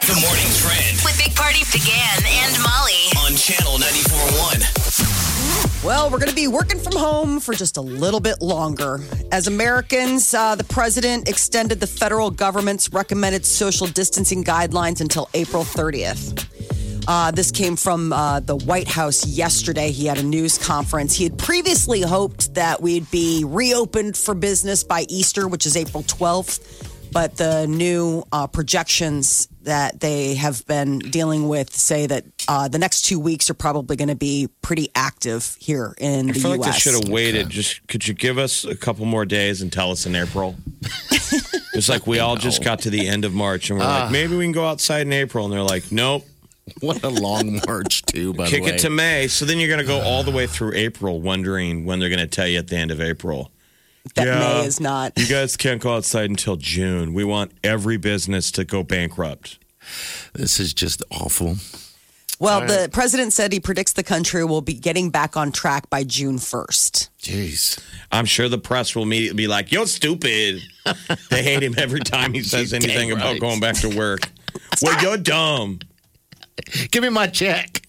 The morning trend With Big Party began and Molly. on channel 94.1. Well, we're going to be working from home for just a little bit longer. As Americans, uh, the president extended the federal government's recommended social distancing guidelines until April 30th. Uh, this came from uh, the White House yesterday. He had a news conference. He had previously hoped that we'd be reopened for business by Easter, which is April 12th. But the new uh, projections that they have been dealing with say that uh, the next two weeks are probably going to be pretty active here in I the feel U.S. like they should have waited. Just could you give us a couple more days and tell us in April? it's like we all just got to the end of March and we're Ah. like, maybe we can go outside in April, and they're like, nope, What a long march, too, by kick the way. it to May. So then you're going to go all the way through April, wondering when they're going to tell you at the end of April. that Yeah. May is not. You guys can't go outside until June. We want every business to go bankrupt. This is just awful. Well, the president said he predicts the country will be getting back on track by June 1st. Jeez. I'm sure the press will immediately be like, "You're stupid." they hate him every time he says You're anything dang about right. going back to work. well, you're dumb. Give me my check.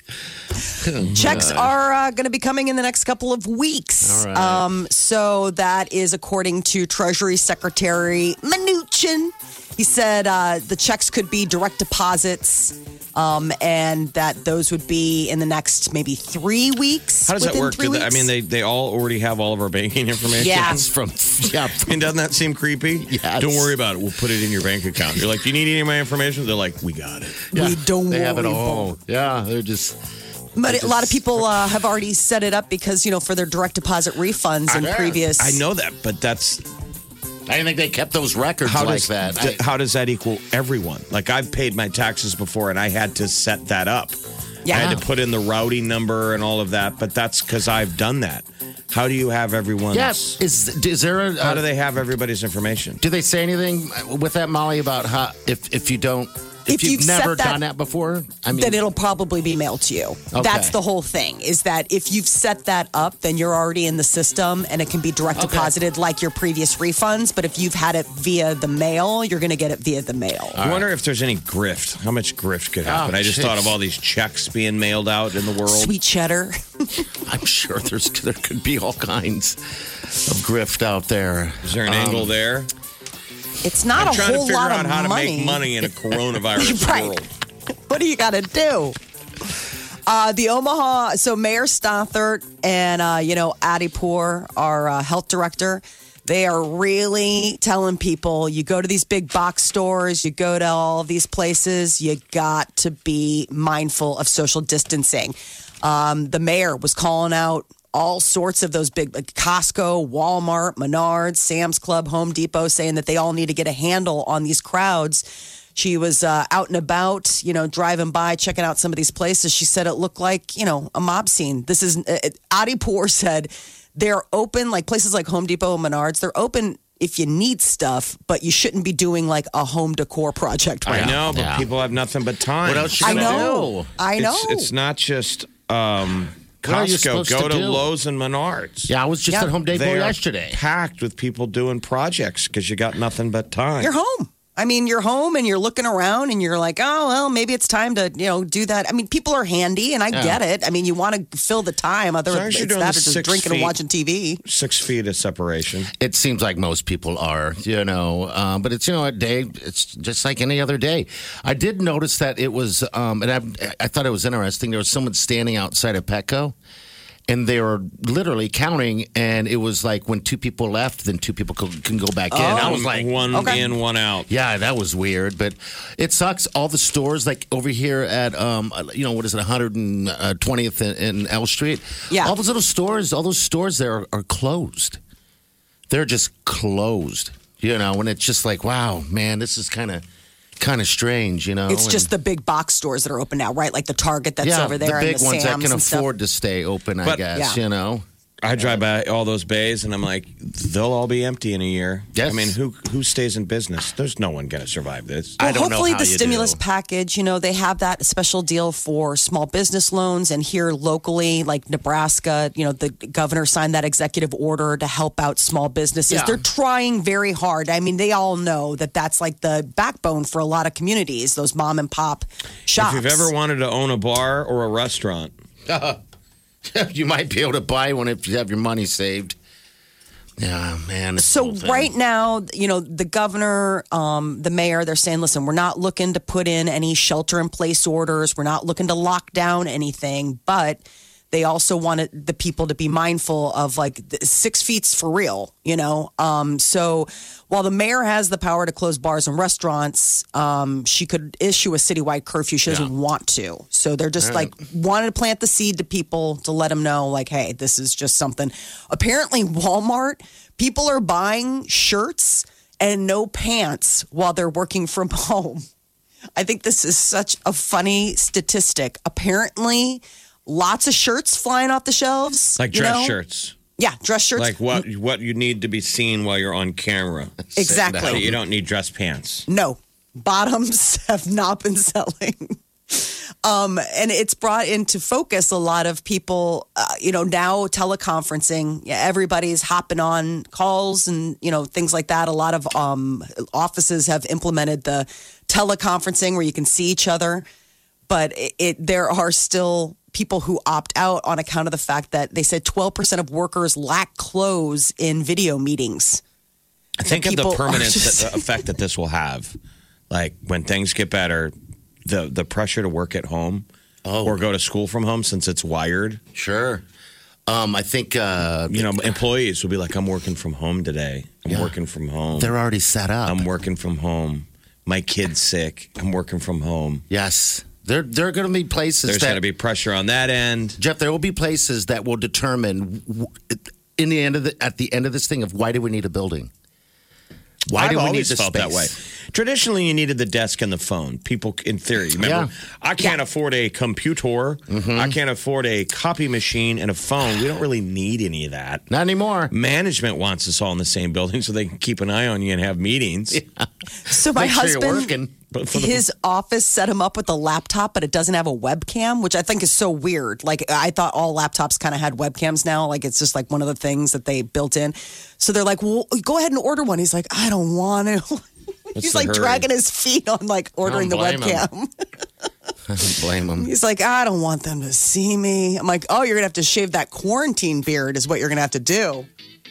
Oh, Checks are uh, going to be coming in the next couple of weeks. All right. um, so that is according to Treasury Secretary Mnuchin. He said uh, the checks could be direct deposits um, and that those would be in the next maybe three weeks. How does that within work? three Do they, I weeks. mean, they they all already have all of our banking information. Yeah. That's from, yeah, I mean, doesn't that seem creepy? Yes. Don't worry about it. We'll put it in your bank account. You're like, do you need any of my information? They're like, we got it. yeah. We don't They have it worry, all. Yeah, they're just. But They a lot of just- people uh, have already set it up because, you know, for their direct deposit refunds and previous. I know that, but that's I didn't think they kept those records how like does that. d- I- how does that equal everyone? Like I've paid my taxes before, and I had to set that up. I Yeah. had to put in the routing number and all of that, but that's because I've done that. How do you have everyone's? yes. Is, is there a. How do they have everybody's information? Do they say anything with that, Molly, about how if if you don't if, If you've, you've set never that- done that before? I mean, then it'll probably be mailed to you. Okay. That's the whole thing is that if you've set that up, then you're already in the system and it can be direct Okay. deposited like your previous refunds. But if you've had it via the mail, you're going to get it via the mail. I wonder if there's any grift. How much grift could happen? Oh, I just thought jeez. of all these checks being mailed out in the world. Sweet cheddar. I'm sure there's there could be all kinds of grift out there. Um, Is there an angle there? It's not I'm a trying to whole figure lot out of how money. to make money in a coronavirus Right. world. What do you got to do? Uh, the Omaha, so Mayor Stothert and, uh, you know, Addie Poor, our uh, health director, they are really telling people you go to these big box stores, you go to all these places, you got to be mindful of social distancing. Um, the mayor was calling out all sorts of those big like Costco, Walmart, Menards, Sam's Club, Home Depot, saying that they all need to get a handle on these crowds she was uh, out and about, you know, driving by, checking out some of these places. She said it looked like, you know, a mob scene. This is, uh, it- Adi Poor said they're open, like places like Home Depot and Menards, they're open if you need stuff, but you shouldn't be doing like a home decor project right I now. know, but Yeah. people have nothing but time. What else you I gonna know. do? I know. It's, it's not just um, What are you Costco. supposed Go to to, do? Lowe's and Menards. Yeah, I was just Yeah. at Home Depot They are yesterday. packed with people doing projects because you got nothing but time. you're home. I mean, you're home and you're looking around and you're like, oh, well, maybe it's time to, you know, do that. I mean, people are handy and I get it. I mean, you want to fill the time, other long as it's you're doing that the or just six drinking and feet. watching TV. Six feet of separation. It seems like most people are, you know, um, but it's you know a day. It's just like any other day. I did notice that it was, um, and I, I thought it was interesting. There was someone standing outside of Petco, and they were literally counting, and it was like when two people left, then two people co- can go back in. I was like, Oh. Um, one okay. in, one out. Yeah, that was weird, but it sucks. All the stores, like over here at, um, you know, what is it, uh, 120th in, in L Street? Yeah. All those little stores, all those stores there are, are closed. They're just closed, you know, and it's just like, wow, man, this is kind of kind of strange, you know. It's and- just the big box stores that are open now, right? Like the Target that's yeah, over there the big and the ones that Sam's can and stuff. afford to stay open, I But- guess. Yeah. You know, I drive by all those bays and I'm like, they'll all be empty in a year. Yes. I mean, who who stays in business? There's no one going to survive this. I Well, don't know hopefully how the you stimulus do. package, you know, they have that special deal for small business loans and here locally, like Nebraska, you know, the governor signed that executive order to help out small businesses. Yeah. They're trying very hard. I mean, they all know that that's like the backbone for a lot of communities, those mom and pop shops. If you've ever wanted to own a bar or a restaurant, you might be able to buy one if you have your money saved. Yeah, man. this so whole thing. right now, you know, the governor, um, the mayor, they're saying, listen, we're not looking to put in any shelter in place orders. We're not looking to lock down anything, but they also wanted the people to be mindful of like th- six feet's for real, you know? Um, so while the mayor has the power to close bars and restaurants, um, she could issue a citywide curfew. She doesn't want to. So they're just like wanting to plant the seed to people to let them know, like, hey, this is just something. Apparently, Walmart, people are buying shirts and no pants while they're working from home. I think this is such a funny statistic. Apparently, lots of shirts flying off the shelves. like you dress know? shirts, Yeah, dress shirts. like what what you need to be seen while you're on camera. exactly. So you don't need dress pants. No, bottoms have not been selling. Um, and it's brought into focus a lot of people, uh, you know, now teleconferencing, yeah, everybody's hopping on calls and, you know, things like that. A lot of um, offices have implemented the teleconferencing where you can see each other. But it, it, there are still people who opt out on account of the fact that they said 12% of workers lack clothes in video meetings. Think of the people are permanent just- th- effect that this will have. Like when things get better, the the pressure to work at home or go to school from home since it's wired. Oh. Sure. Um, I think uh, You know, employees will be like, "I'm working from home today. I'm working from home. they're already set up. I'm working from home. My kid's sick. I'm working from home." yes, there there are going to be places There's that going to be pressure on that end. Jeff. There will be places that will determine w- in the end of the at the end of this thing of why do we need a building? Why I've do we need always the felt space? that way. Traditionally, you needed the desk and the phone. People, in theory, remember, I can't afford a computer. Mm-hmm. I can't afford a copy machine and a phone. We don't really need any of that. Not anymore. management wants us all in the same building so they can keep an eye on you and have meetings. So my Make sure you're husband. working. But for the- his office set him up with a laptop, but it doesn't have a webcam, which I think is so weird. Like I thought all laptops kind of had webcams now. Like it's just like one of the things that they built in. So they're like, "Well, go ahead and order one." He's like, "I don't want to." He's the like hurry? dragging his feet on like ordering the blame him. webcam. Blame them. He's like, "I don't want them to see me." I'm like, "Oh, you're gonna have to shave that quarantine beard, is what you're gonna have to do."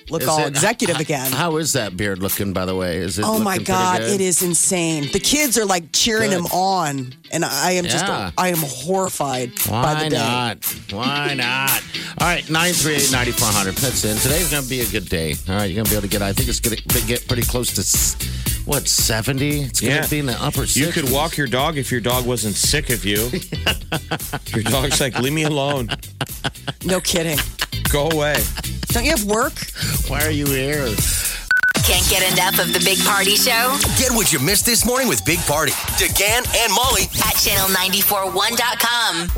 Look all executive again. How is that beard looking? By the way, is it? Oh my looking pretty god, good? it is insane. The kids are like cheering Good. him on, and I am just Yeah. I am horrified by Why the day. not? Why not? All right, 938 9400. That's in. Today's going to be a good day. All right, you're going to be able to get, I think it's going to get pretty close to, s- what, 70? It's going to Yeah. be in the upper 60s. You could walk your dog if your dog wasn't sick of you. your dog's like, leave me alone. No kidding. Go away. Don't you have work? Why are you here? Can't get enough of the Big Party Show Get what you missed this morning with Big Party, DeGan and Molly. at channel941.com.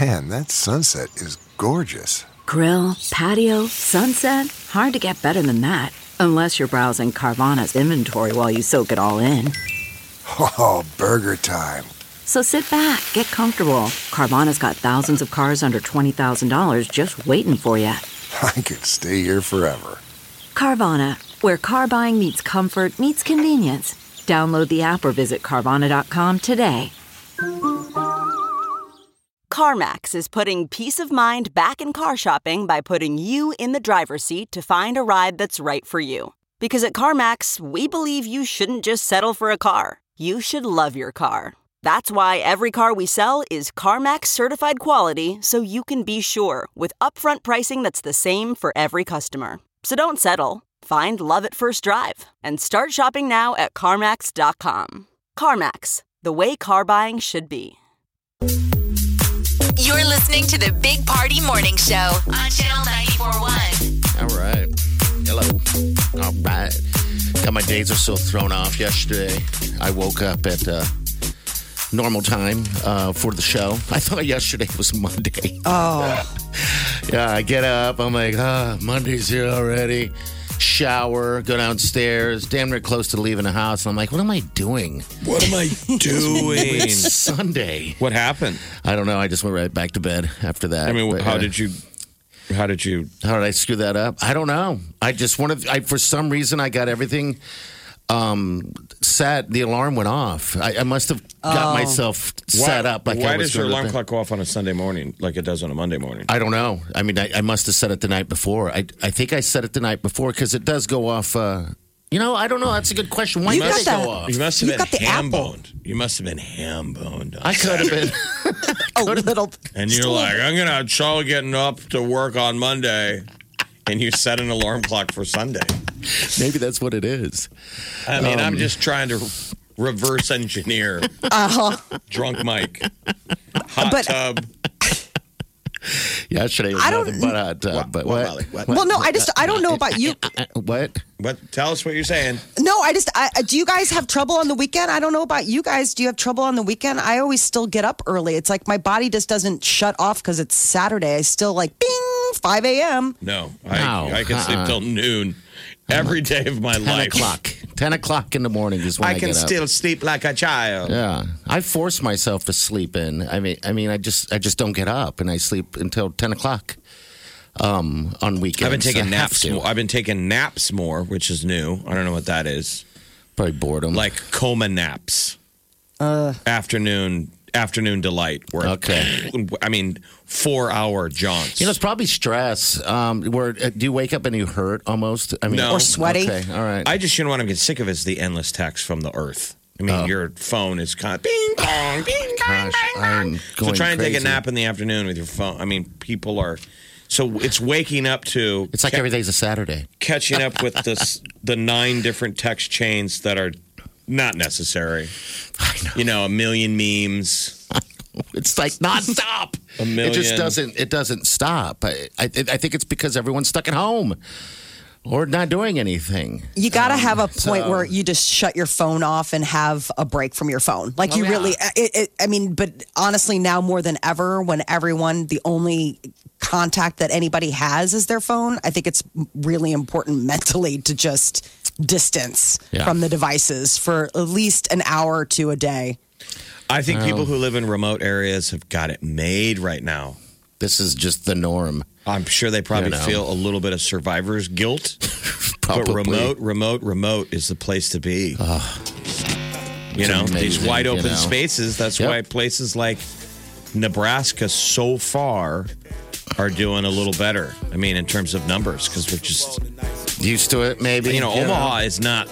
Man, that sunset is gorgeous. Grill, patio, sunset. Hard to get better than that. Unless you're browsing Carvana's inventory while you soak it all in. Oh, burger time. So sit back, get comfortable. Carvana's got thousands of cars under $20,000 just waiting for you. I could stay here forever. Carvana, where car buying meets comfort, meets convenience. Download the app or visit Carvana.com today. CarMax is putting peace of mind back in car shopping by putting you in the driver's seat to find a ride that's right for you. Because at CarMax, we believe you shouldn't just settle for a car, you should love your car. That's why every car we sell is CarMax certified quality so you can be sure with upfront pricing that's the same for every customer. So don't settle. Find love at first drive and start shopping now at CarMax.com. CarMax, the way car buying should be. You're listening to the Big Party Morning Show on channel 941. All right. Hello. All right. God, my days are so thrown off. Yesterday, I woke up at uh, normal time uh, for the show. I thought yesterday was Monday. Oh, Yeah, I get up. I'm like, ah, Monday's here already. Shower, go downstairs. Damn near close to leaving the house. I'm like, what am I doing? What am I doing? It's Sunday. what happened? I don't know. I just went right back to bed after that. I mean, But, how uh, did you? How did you? How did I screw that up? I don't know. I just wanted. I for some reason I got everything um set. The alarm went off. I, I must have Oh. got myself set up. Like why I was does your doing the alarm thing. clock go off on a Sunday morning like it does on a Monday morning? I don't know. I mean, I, I must have said it the night before. I I think I said it the night before because it does go off. Uh, you know, I don't know. That's a good question. Why You does it got go that- off? you must have You been got the ham apple. boned. You must have been ham boned. I could have been. a little. And you're like, I'm gonna try getting up to work on Monday, and you set an alarm clock for Sunday. Maybe that's what it is. I mean, Um, I'm just trying to reverse engineer drunk Mike, hot Uh-huh. But- tub. Yesterday was I don't- nothing but hot tub. but what, what? Uh, Molly? What? Well, no, I just I don't know about you. What? What? Tell us what you're saying. No, I just I, do. You guys have trouble on the weekend? I don't know about you guys. Do you have trouble on the weekend? I always still get up early. It's like my body just doesn't shut off because it's Saturday. I still like bing five a.m. No, I, No, I can sleep uh-uh. Uh, till noon every day of my Ten life. o'clock. Ten o'clock in the morning is when I, I can get up. still sleep like a child. Yeah, I force myself to sleep in. I mean, I mean, I just, I just don't get up, and I sleep until ten o'clock um, on weekends. I've been I taking have naps. to. More. I've been taking naps more, which is new. I don't know what that is. Probably boredom. Like coma naps. afternoon afternoon delight. Where Okay. I mean, four hour jaunts. you know, it's probably stress. Um, where uh, do you wake up and you hurt almost? I mean, No. Or sweaty. Okay, all right. I just you know what I'm getting sick of is the endless text from the earth. I mean, your phone is kind of ping pong, ping Oh. pong, Gosh, ping I'm pong. So going try and take a crazy. nap in the afternoon with your phone. I mean, people are. So it's waking up to it's like everything's a Saturday. catching up with this, the nine different text chains that are not necessary. You know, a million memes. It's like nonstop. A Ah, It just million. doesn't. It doesn't stop. I, I, I think it's because everyone's stuck at home or not doing anything. You got to Um, have a point so- where you just shut your phone off and have a break from your phone. Like Oh, you yeah. really, uh, it, it, I mean, but honestly, now more than ever, when everyone, the only contact that anybody has is their phone, I think it's really important mentally to just distance Yeah. from the devices for at least an hour to a day. I think people who live in remote areas have got it made right now. This is just the norm. I'm sure they probably You know. feel a little bit of survivor's guilt. Probably. But remote, remote, remote is the place to be. you know, It's these amazing, wide you open know. spaces. That's Yep. why places like Nebraska so far are doing a little better. I mean, in terms of numbers, because we're just, used to it, maybe. you know, Omaha is not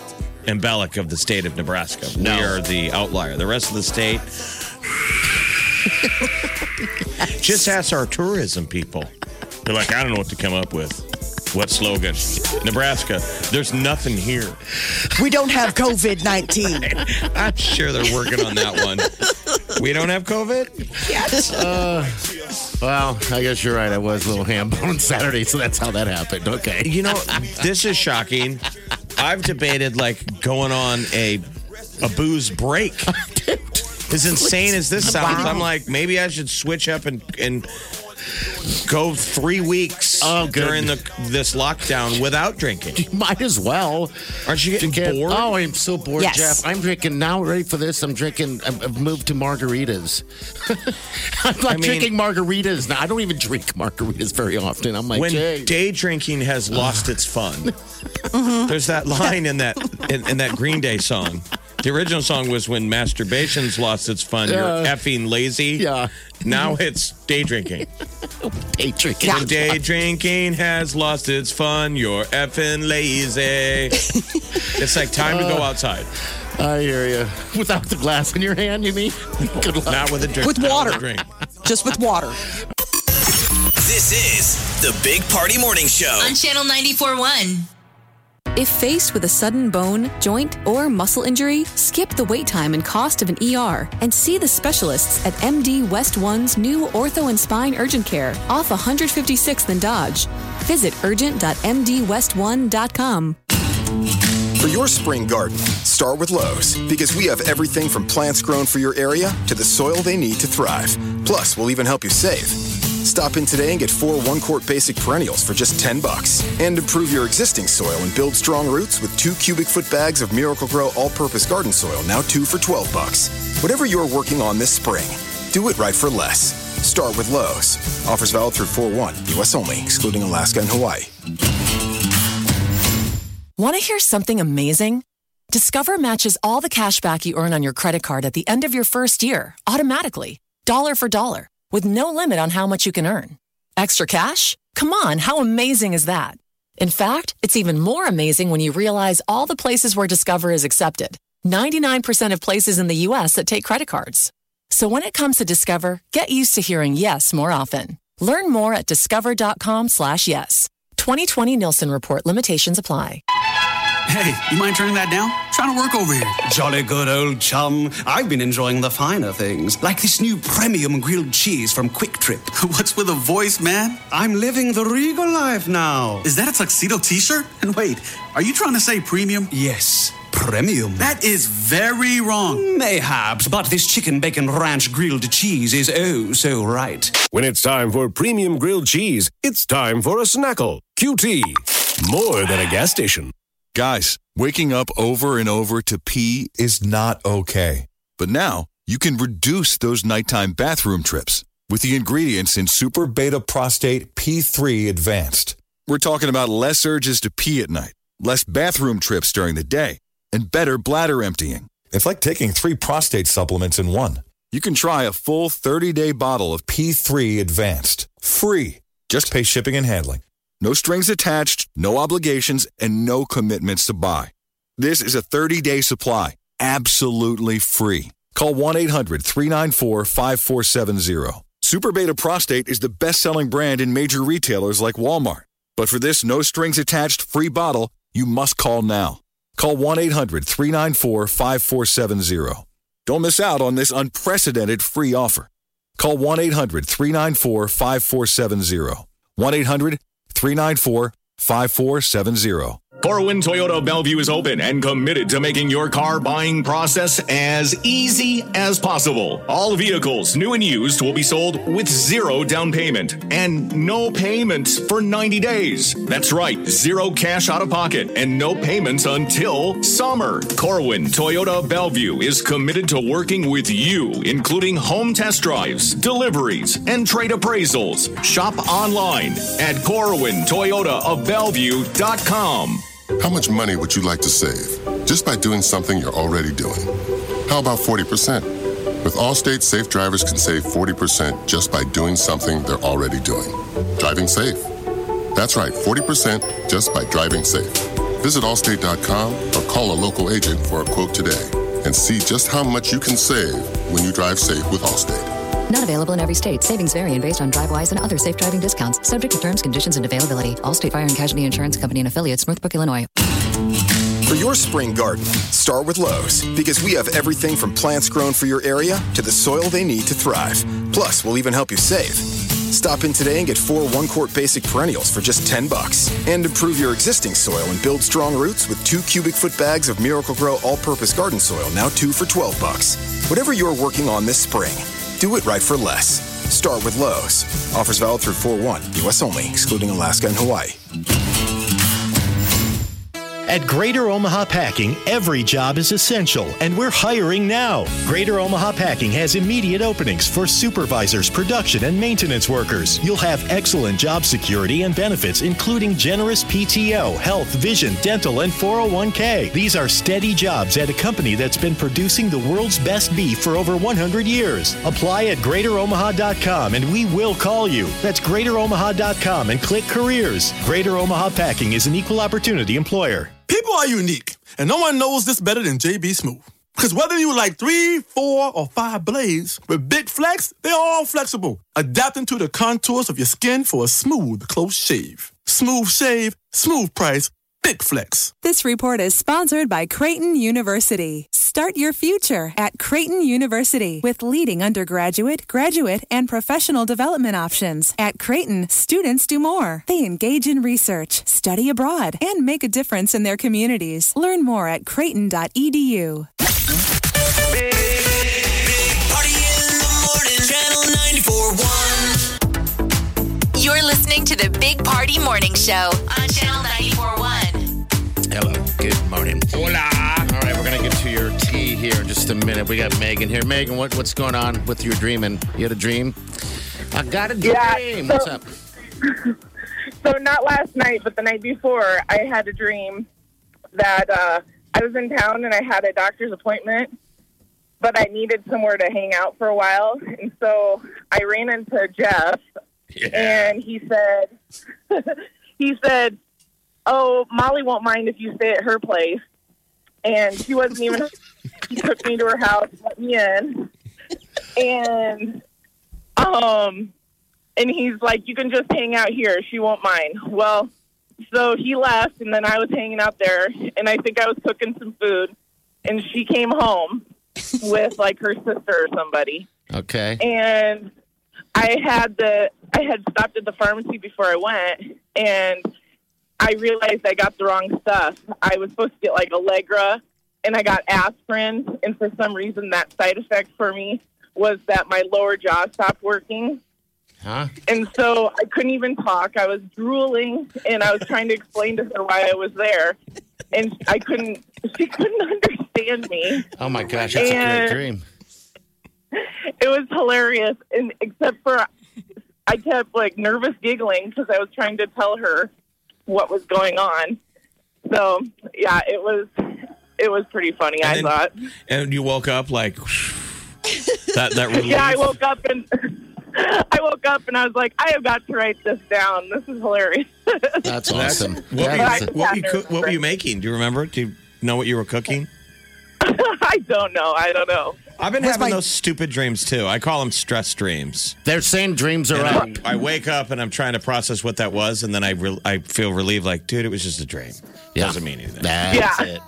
embellic of the state of Nebraska. No. We are the outlier. The rest of the state. Just ask our tourism people. They're like, I don't know what to come up with. What slogan? Nebraska, there's nothing here. We don't have COVID 19. I'm sure they're working on that one. We don't Uh, have COVID. Uh, Well, I guess you're right. I was a little ham bone Saturday, so that's how that happened. Okay. You know, this is shocking. I've debated like going on a a booze break. As insane as this sounds, I'm like maybe I should switch up and and go three weeks Oh, good. during the this lockdown without drinking. Might as well. Aren't you getting Get- bored? Oh, I'm so bored, Yes. Jeff. I'm drinking now. Ready for this? I'm drinking. I've I've moved to margaritas. I'm like mean- drinking margaritas now. I don't even drink margaritas very often. I'm like, when hey. day drinking has lost its fun. Mm-hmm. There's that line in that in, in that Green Day song. The original song was when masturbation's lost its fun. You're Yeah. effing lazy. Yeah. Now it's day drinking. day drinking. When day drinking has lost its fun, you're effing lazy. it's like time to go Uh. outside. I hear you. Without the glass in your hand, you mean? Good luck. Not with a drink. With not water. a drink. Just with water. This is the Big Party Morning Show. on Channel 94.1. If faced with a sudden bone, joint, or muscle injury, skip the wait time and cost of an ER and see the specialists at MD West One's new Ortho and Spine Urgent Care off 156th and Dodge. Visit urgent.mdwest1.com. For your spring garden, start with Lowe's because we have everything from plants grown for your area to the soil they need to thrive. Plus, we'll even help you save. Stop in today and get four one quart basic perennials for just 10 bucks. And improve your existing soil and build strong roots with two cubic foot bags of Miracle Grow all purpose garden soil, now two for 12 bucks. Whatever you're working on this spring, do it right for less. Start with Lowe's. Offers valid through 4 1, U.S. only, excluding Alaska and Hawaii. Want to hear something amazing? Discover matches all the cash back you earn on your credit card at the end of your first year automatically, dollar for dollar, with no limit on how much you can earn. Extra cash? Come on, how amazing is that? In fact, it's even more amazing when you realize all the places where Discover is accepted 99% of places in the US that take credit cards. So when it comes to Discover, get used to hearing yes more often. Learn more at discover.com slash yes. 2020 Nielsen Report limitations apply. Hey, you mind turning that down? Trying to work over here. Jolly good old chum. I've been enjoying the finer things, like this new premium grilled cheese from Quick Trip. What's with a voice, man? I'm living the regal life now. Is that a tuxedo t shirt? And wait, are you trying to say premium? Yes. Premium. That is very wrong. Mayhaps, but this chicken bacon ranch grilled cheese is oh so right. When it's time for premium grilled cheese, it's time for a snackle. QT. More than a gas station. Guys, waking up over and over to pee is not okay. But now you can reduce those nighttime bathroom trips with the ingredients in Super Beta Prostate P3 Advanced. We're talking about less urges to pee at night, less bathroom trips during the day, and better bladder emptying. It's like taking three prostate supplements in one. You can try a full 30 day bottle of P3 Advanced free. Just pay shipping and handling. No strings attached, no obligations, and no commitments to buy. This is a 30 day supply, absolutely free. Call 1 800 394 5470. Super Beta Prostate is the best selling brand in major retailers like Walmart. But for this no strings attached free bottle, you must call now. Call 1 800 394 5470. Don't miss out on this unprecedented free offer. Call 1 800 394 5470. 1 800 394 5470. Corwin Toyota of Bellevue is open and committed to making your car buying process as easy as possible. All vehicles, new and used, will be sold with zero down payment and no payments for 90 days. That's right, zero cash out of pocket and no payments until summer. Corwin Toyota of Bellevue is committed to working with you, including home test drives, deliveries, and trade appraisals. Shop online at corwintoyotaofbellevue.com. How much money would you like to save just by doing something you're already doing? How about 40%? With Allstate, safe drivers can save 40% just by doing something they're already doing. Driving safe. That's right, 40% just by driving safe. Visit allstate.com or call a local agent for a quote today and see just how much you can save when you drive safe with Allstate. Not available in every state. Savings vary and based on DriveWise and other safe driving discounts. Subject to terms, conditions, and availability. Allstate Fire and Casualty Insurance Company and affiliates, Northbrook, Illinois. For your spring garden, start with Lowe's because we have everything from plants grown for your area to the soil they need to thrive. Plus, we'll even help you save. Stop in today and get four one quart basic perennials for just 10 bucks. And improve your existing soil and build strong roots with two cubic foot bags of Miracle Grow all purpose garden soil, now two for 12 bucks. Whatever you're working on this spring, do it right for less. Start with Lowe's. Offers valid through 4 1, U.S. only, excluding Alaska and Hawaii. At Greater Omaha Packing, every job is essential, and we're hiring now. Greater Omaha Packing has immediate openings for supervisors, production, and maintenance workers. You'll have excellent job security and benefits, including generous PTO, health, vision, dental, and 401k. These are steady jobs at a company that's been producing the world's best beef for over 100 years. Apply at greateromaha.com, and we will call you. That's greateromaha.com and click careers. Greater Omaha Packing is an equal opportunity employer. People are unique, and no one knows this better than JB Smooth. Because whether you like three, four, or five blades with Big Flex, they're all flexible, adapting to the contours of your skin for a smooth, close shave. Smooth shave, smooth price. Big flex. This report is sponsored by Creighton University. Start your future at Creighton University with leading undergraduate, graduate, and professional development options. At Creighton, students do more. They engage in research, study abroad, and make a difference in their communities. Learn more at E creighton.edu. Party in the morning, channel 941. You're listening to the Big Party Morning Show on channel 941. Hello. Good morning. Hola. All right, we're gonna get to your tea here in just a minute. We got Megan here. Megan, what, what's going on with your dreaming? You had a dream? I got a dream. Yeah, so- what's up? So not last night, but the night before, I had a dream that uh, I was in town and I had a doctor's appointment, but I needed somewhere to hang out for a while, and so I ran into Jeff, and he said, he said, "Oh, Molly won't mind if you stay at her place," and she wasn't even. he took me to her house, let me in, and um and he's like, "You can just hang out here. She won't mind." Well, so he left, and then I was hanging out there, and I think I was cooking some food, and she came home with like her sister or somebody, Okay. and I had the I had stopped at the pharmacy before I went, and I realized I got the wrong stuff. I was supposed to get like Allegra, and I got aspirin, and for some reason, that side effect for me was that my lower jaw stopped working. Huh? And so I couldn't even talk. I was drooling and I was trying to explain to her why I was there. And I couldn't, she couldn't understand me. Oh my gosh, that's a And- great dream. It was hilarious. And except for, I kept like nervous giggling because I was trying to tell her what was going on. So yeah, it was, it was pretty funny, I thought. And you woke up like that. That relief. yeah, I woke up and I woke up and I was like, I have got to write this down. This is hilarious. That's awesome. What, That were, is- you, what, were you, coo- what were you making? Do you remember? Do you know what you were cooking? I don't know. I don't know. I've been having those stupid dreams too. I call them stress dreams. They're saying dreams are up. I, I wake up and I'm trying to process what that was, and then I re- I feel relieved. Like, dude, it was just a dream. Doesn't mean anything. That's it.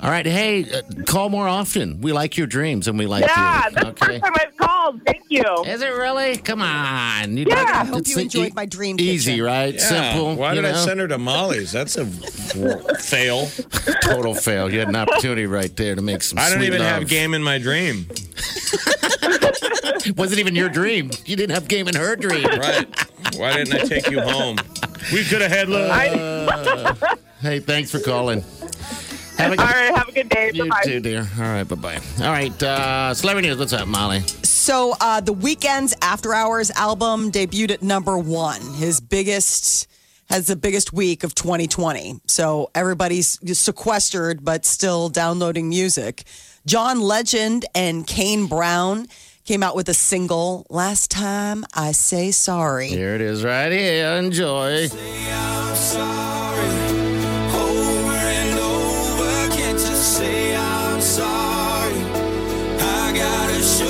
All right, hey, uh, call more often. We like your dreams and we like yeah, you. that's the first time I've called. Thank you. Is it really? Come on. You yeah. I hope you enjoyed my dream. e-, Easy, right? Yeah. Simple. Why you did I know? send her to Molly's? That's a fail. Total fail. You had an opportunity right there to make some. I don't sweet even have love. game in my dream. Wasn't even your dream. You didn't have game in her dream. Right. Why didn't I take you home? We could have had love. Uh, hey, thanks for calling. Have a, All right, have a good day. You too, dear. All right, bye bye. All right, uh, celebrity news. What's up, Molly? So uh, the weekend's After Hours album debuted at number one. His biggest has the biggest week of 2020. So everybody's sequestered but still downloading music. John Legend and Kane Brown came out with a single. Last time I say sorry. Here it is, right here. Enjoy. Over and over, can't you say I'm sorry? I gotta show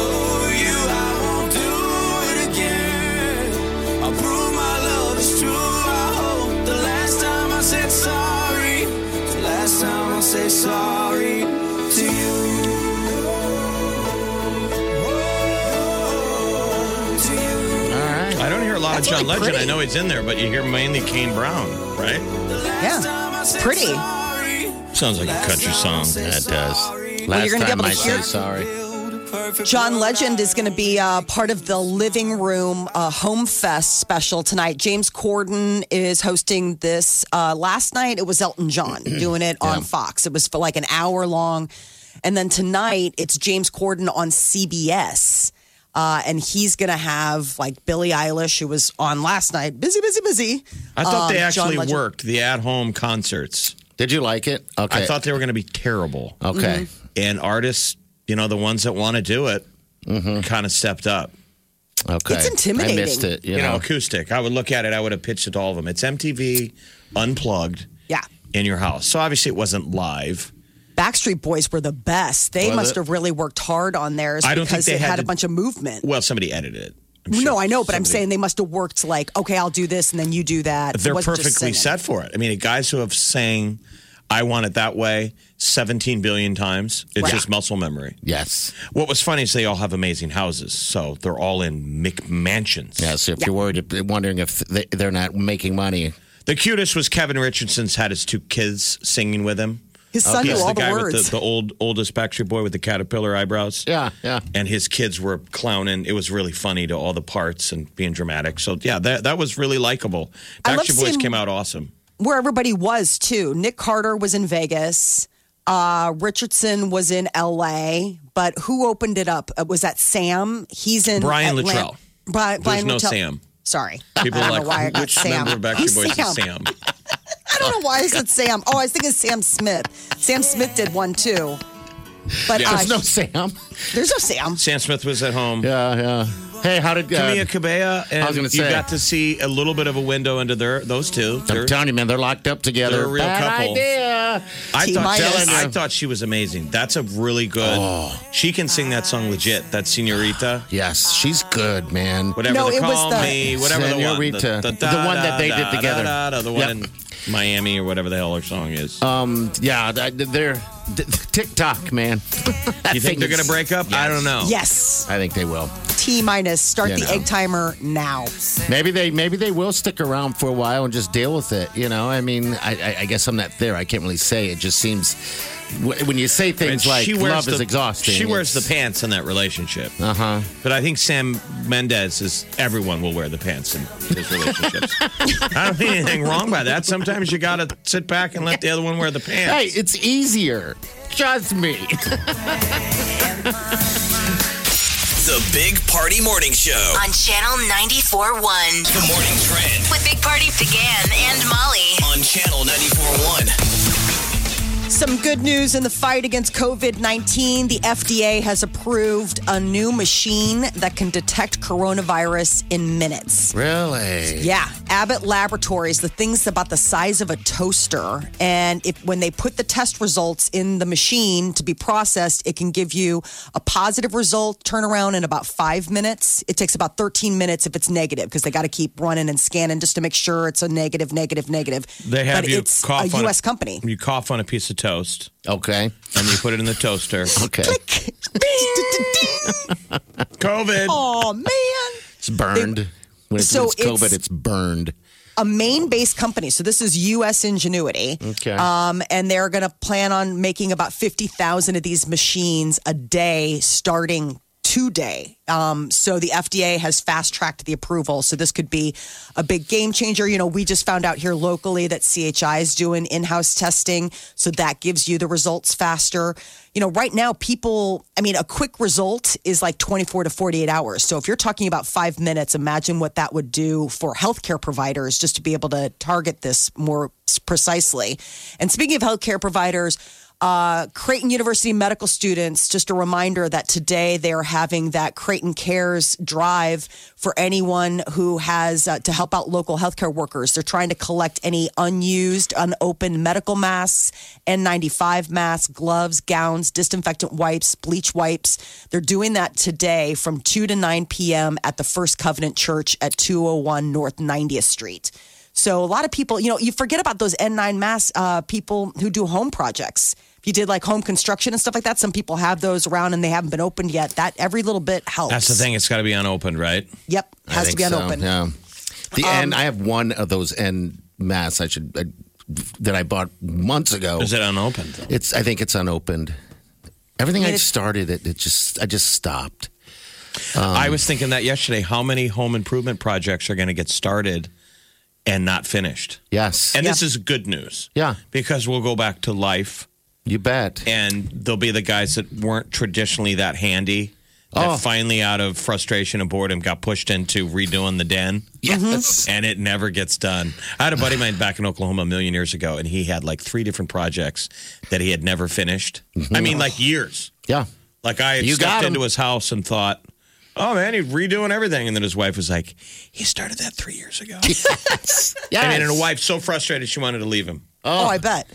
you I won't do it again. I prove my love is true. I hope the last time I said sorry, the last time I say sorry to you. Oh, to you. I don't hear a lot That's of John really Legend. pretty. I know he's in there, but you hear mainly Kane Brown, right? Yeah, pretty. Sounds like a country song. That does. Well, you're gonna be able to hear- sorry. John Legend is going to be uh, part of the Living Room uh, Home Fest special tonight. James Corden is hosting this. Uh, last night it was Elton John doing it on Fox. It was for like an hour long. And then tonight it's James Corden on CBS. Uh, and he's going to have like Billie Eilish, who was on last night. Busy, busy, busy. I thought they Um, John actually Legend- worked the at-home concerts. Did you like it? Okay. I thought they were going to be terrible. Okay. Mhm. Mm-hmm. And artists, you know, the ones that want to do it, kind of stepped up. Mm-hmm. Okay. It's intimidating. I missed it, you You, know, know. acoustic. I would look at it. I would have pitched it to all of them. It's MTV unplugged. Yeah. In your house, so obviously it wasn't live. Backstreet Boys were the best. They Was must it? have really worked hard on theirs I don't because think it they had, had a to- bunch of movement. Well, somebody edited it. no, I know, but I'm saying they must have worked like, okay, I'll do this, and then you do that. It They're wasn't just perfectly singing. set for it. I mean, guys who have sang, I want it that way, 17 billion times, it's Right. just muscle memory. Yes. What was funny is they all have amazing houses, so they're all in McMansions. Yeah, so if you're worried, wondering if they, they're not making money, The cutest was Kevin Richardson's had his two kids singing with him. His son He's knew all the the guy with words. the, the old oldest Backstreet Boy with the caterpillar eyebrows. Yeah, yeah. And his kids were clowning. It was really funny to all the parts and being dramatic. So yeah, that that was really likable. I love Backstreet Boys seeing- came out awesome. where everybody was too. Nick Carter was in Vegas. Uh, Richardson was in L.A. But who opened it up? Uh, was that Sam? He's in Brian Atlan- Luttrell. Bri- Brian no Luttrell. Sam. Sorry, People I are don't know why I like, got which Sam. member of Who's Backstreet Boys is Sam? I don't know why I said Sam. Oh, I was thinking Sam Smith. Sam Smith did one too. But uh, Yeah. There's no Sam. There's no Sam. Sam Smith was at home. Yeah, yeah. Hey, how did uh, Camilla Cabella? And I was going to you say. got to see a little bit of a window into their those two. I'm telling you, man, they're locked up together. They're a real Bad couple. idea. I thought, Telling I you. thought she was amazing. That's a really good. She can sing that song legit. That Senorita. Oh. Yes, she's good, man. Whatever No, they it was call the- me, whatever Senorita. the one, The one that they did together. da, da, the one Yep. in Miami or whatever the hell her song is. Um, yeah, th- they're th- TikTok, man. You think they're gonna break up? I don't know. Yes. I think they will. T minus. Start You the know. egg timer now. Maybe they maybe they will stick around for a while and just deal with it. You know, I mean, I, I, I guess I'm not there. I can't really say. It just seems wh- when you say things And like she wears love is the- exhausting. She wears the pants in that relationship. Uh huh. But I think Sam Mendez is everyone will wear the pants in his relationships. I don't mean anything wrong by that. Sometimes you gotta sit back and let the other one wear the pants. Hey, it's easier. Trust me. The Big Party Morning Oh. Show. On Channel 94.1. Good morning, Trend. With Big Party began and Molly. On Channel 94.1. Some good news in the fight against COVID 19. The FDA has approved a new machine that can detect coronavirus in minutes. Really? Yeah, Abbott Laboratories, the thing's about the size of a toaster. And if, when they put the test results in the machine to be processed, it can give you a positive result turnaround in about five minutes. It takes about 13 minutes if it's negative because they got to keep running and scanning just to make sure it's a negative, negative, negative. They have but you it's cough a on U.S. company. You cough on a piece of toast. Okay. And you put it in the toaster. okay. COVID. Oh, man. It's burned. when it's, So when it's COVID, it's- it's burned. a Maine-based company. So this is U.S. Ingenuity, Okay. um, and they're going to plan on making about fifty thousand of these machines a day, starting today. Um, so the FDA has fast-tracked the approval. So this could be a big game changer. You know, we just found out here locally that CHI is doing in-house testing, so that gives you the results faster. You know, right now people, I mean, a quick result is like 24 to 48 hours. So if you're talking about five minutes, imagine what that would do for healthcare providers just to be able to target this more s- precisely. And speaking of healthcare providers, uh, Creighton University medical students, just a reminder that today they are having that Creighton Cares drive for anyone who has uh, to help out local healthcare workers. They're trying to collect any unused, unopened medical masks, N95 masks, gloves, gowns, disinfectant wipes, bleach wipes. They're doing that today from 2 to 9 p.m. at the First Covenant Church at 201 North 90th Street. So a lot of people, you know, you forget about those N9 masks. Uh, people who do home projects. If you did like home construction and stuff like that, some people have those around and they haven't been opened yet. That every little bit helps. That's the thing. It's got to be unopened, right? Yep, I Oh, has to think be so, unopened. Yeah. The Um, end. I have one of those end masks. I should I, that I bought months ago. Is it unopened? Though? It's. I think it's unopened. Everything I, I mean, it's- started, it, it just. I just stopped. Um, I was thinking that yesterday. How many home improvement projects are going to get started and not finished? Yes. And this is good news. Yeah. Because we'll go back to life. You bet. And there'll be the guys that weren't traditionally that handy that Oh. finally, out of frustration and boredom, got pushed into redoing the den. Yes. And it never gets done. I had a buddy of mine back in Oklahoma a million years ago, and he had like three different projects that he had never finished. I mean, like years. Mm-hmm. Yeah. Like I had You got stepped 'em. into his house and thought, "Oh man, he's redoing everything." And then his wife was like, "He started that three years ago." Yes. I mean, and a wife so frustrated she wanted to leave him. Oh, I bet.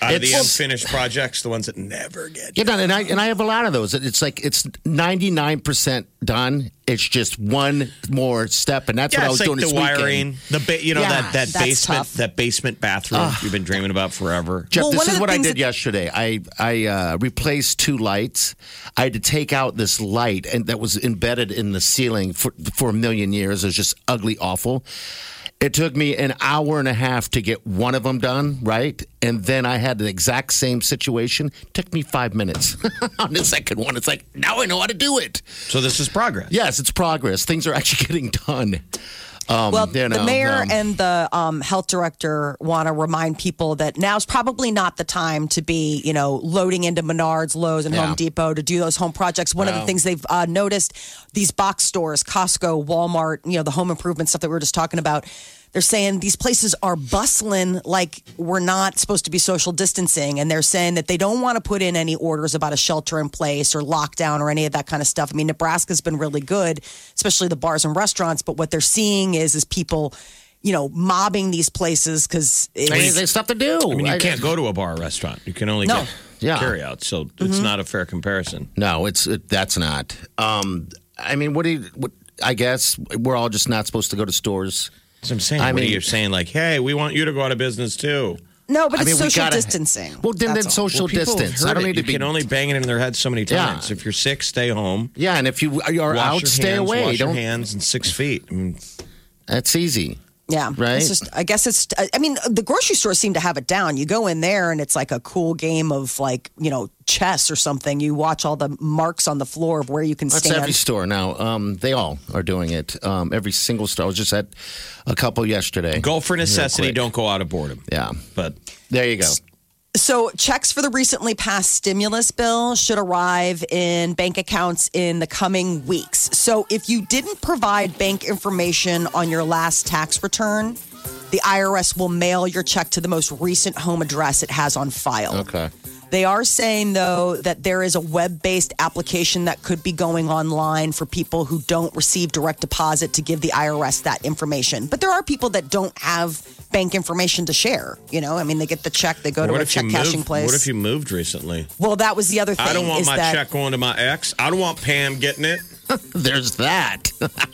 Out of the It's- unfinished projects, the ones that never get. Yeah, done. And I and I have a lot of those. It's like it's ninety nine percent done. It's just one more step, and that's what I was it's doing like this the wiring, weekend. the ba- you know Yeah, that that that's basement tough. that basement bathroom Ugh. you've been dreaming about forever. Jeff, this is what I did yesterday. I I uh, replaced two lights. I had to take out this light and that was embedded in the ceiling for for a million years. It was just ugly, awful. It took me an hour and a half to get one of them done, right? And then I had the exact same situation. Took me five minutes on the second one. It's like now I know how to do it. So this is progress. Yes, it's progress. Things are actually getting done. Um, well, you know, the mayor um, and the um, health director want to remind people that now's probably not the time to be, you know, loading into Menards, Lowe's, and Yeah. Home Depot to do those home projects. One of the No. things they've uh, noticed these box stores, Costco, Walmart, you know, the home improvement stuff that we were just talking about. They're saying these places are bustling like we're not supposed to be social distancing. And they're saying that they don't want to put in any orders about a shelter in place or lockdown or any of that kind of stuff. I mean, Nebraska's been really good, especially the bars and restaurants. But what they're seeing is, is people, you know, mobbing these places because stuff to do. I mean, you I- can't go to a bar or restaurant. You can only No. get Yeah. carry out. So it's Mhm. not a fair comparison. No, it's it, that's not. Um, I mean, what do you? What, I guess we're all just not supposed to go to stores. That's what I'm saying. I what mean- are you saying? Like, hey, we want you to go out of business too. No, but I it's mean, we social gotta- distancing. Well, then- That's then all. social people have distance. heard I don't it. need to You be- can only bang it into their head so many Yeah. times. If you're sick, stay home. Yeah, and if you are Wash out, your stay hands, away. Wash don't. your hands and six feet. I mean, That's easy. Yeah. Right? It's just, I guess it's, I mean, the grocery stores seem to have it down. You go in there and it's like a cool game of like, you know, chess or something. You watch all the marks on the floor of where you can That's stand. every store now. Um, they all are doing it. Um, every single store. I was just at a couple yesterday. go for necessity. Real quick. Don't go out of boredom. Yeah, but there you go. So, checks for the recently passed stimulus bill should arrive in bank accounts in the coming weeks. So, if you didn't provide bank information on your last tax return, the IRS will mail your check to the most recent home address it has on file. Okay. They are saying, though, that there is a web based application that could be going online for people who don't receive direct deposit to give the IRS that information. But there are people that don't have bank information to share. You know, I mean, they get the check, they go to what a if you check cashing moved? place. What if you moved recently? well, that was the other thing. I don't want is my that check going to my ex. I don't want Pam getting it. There's that.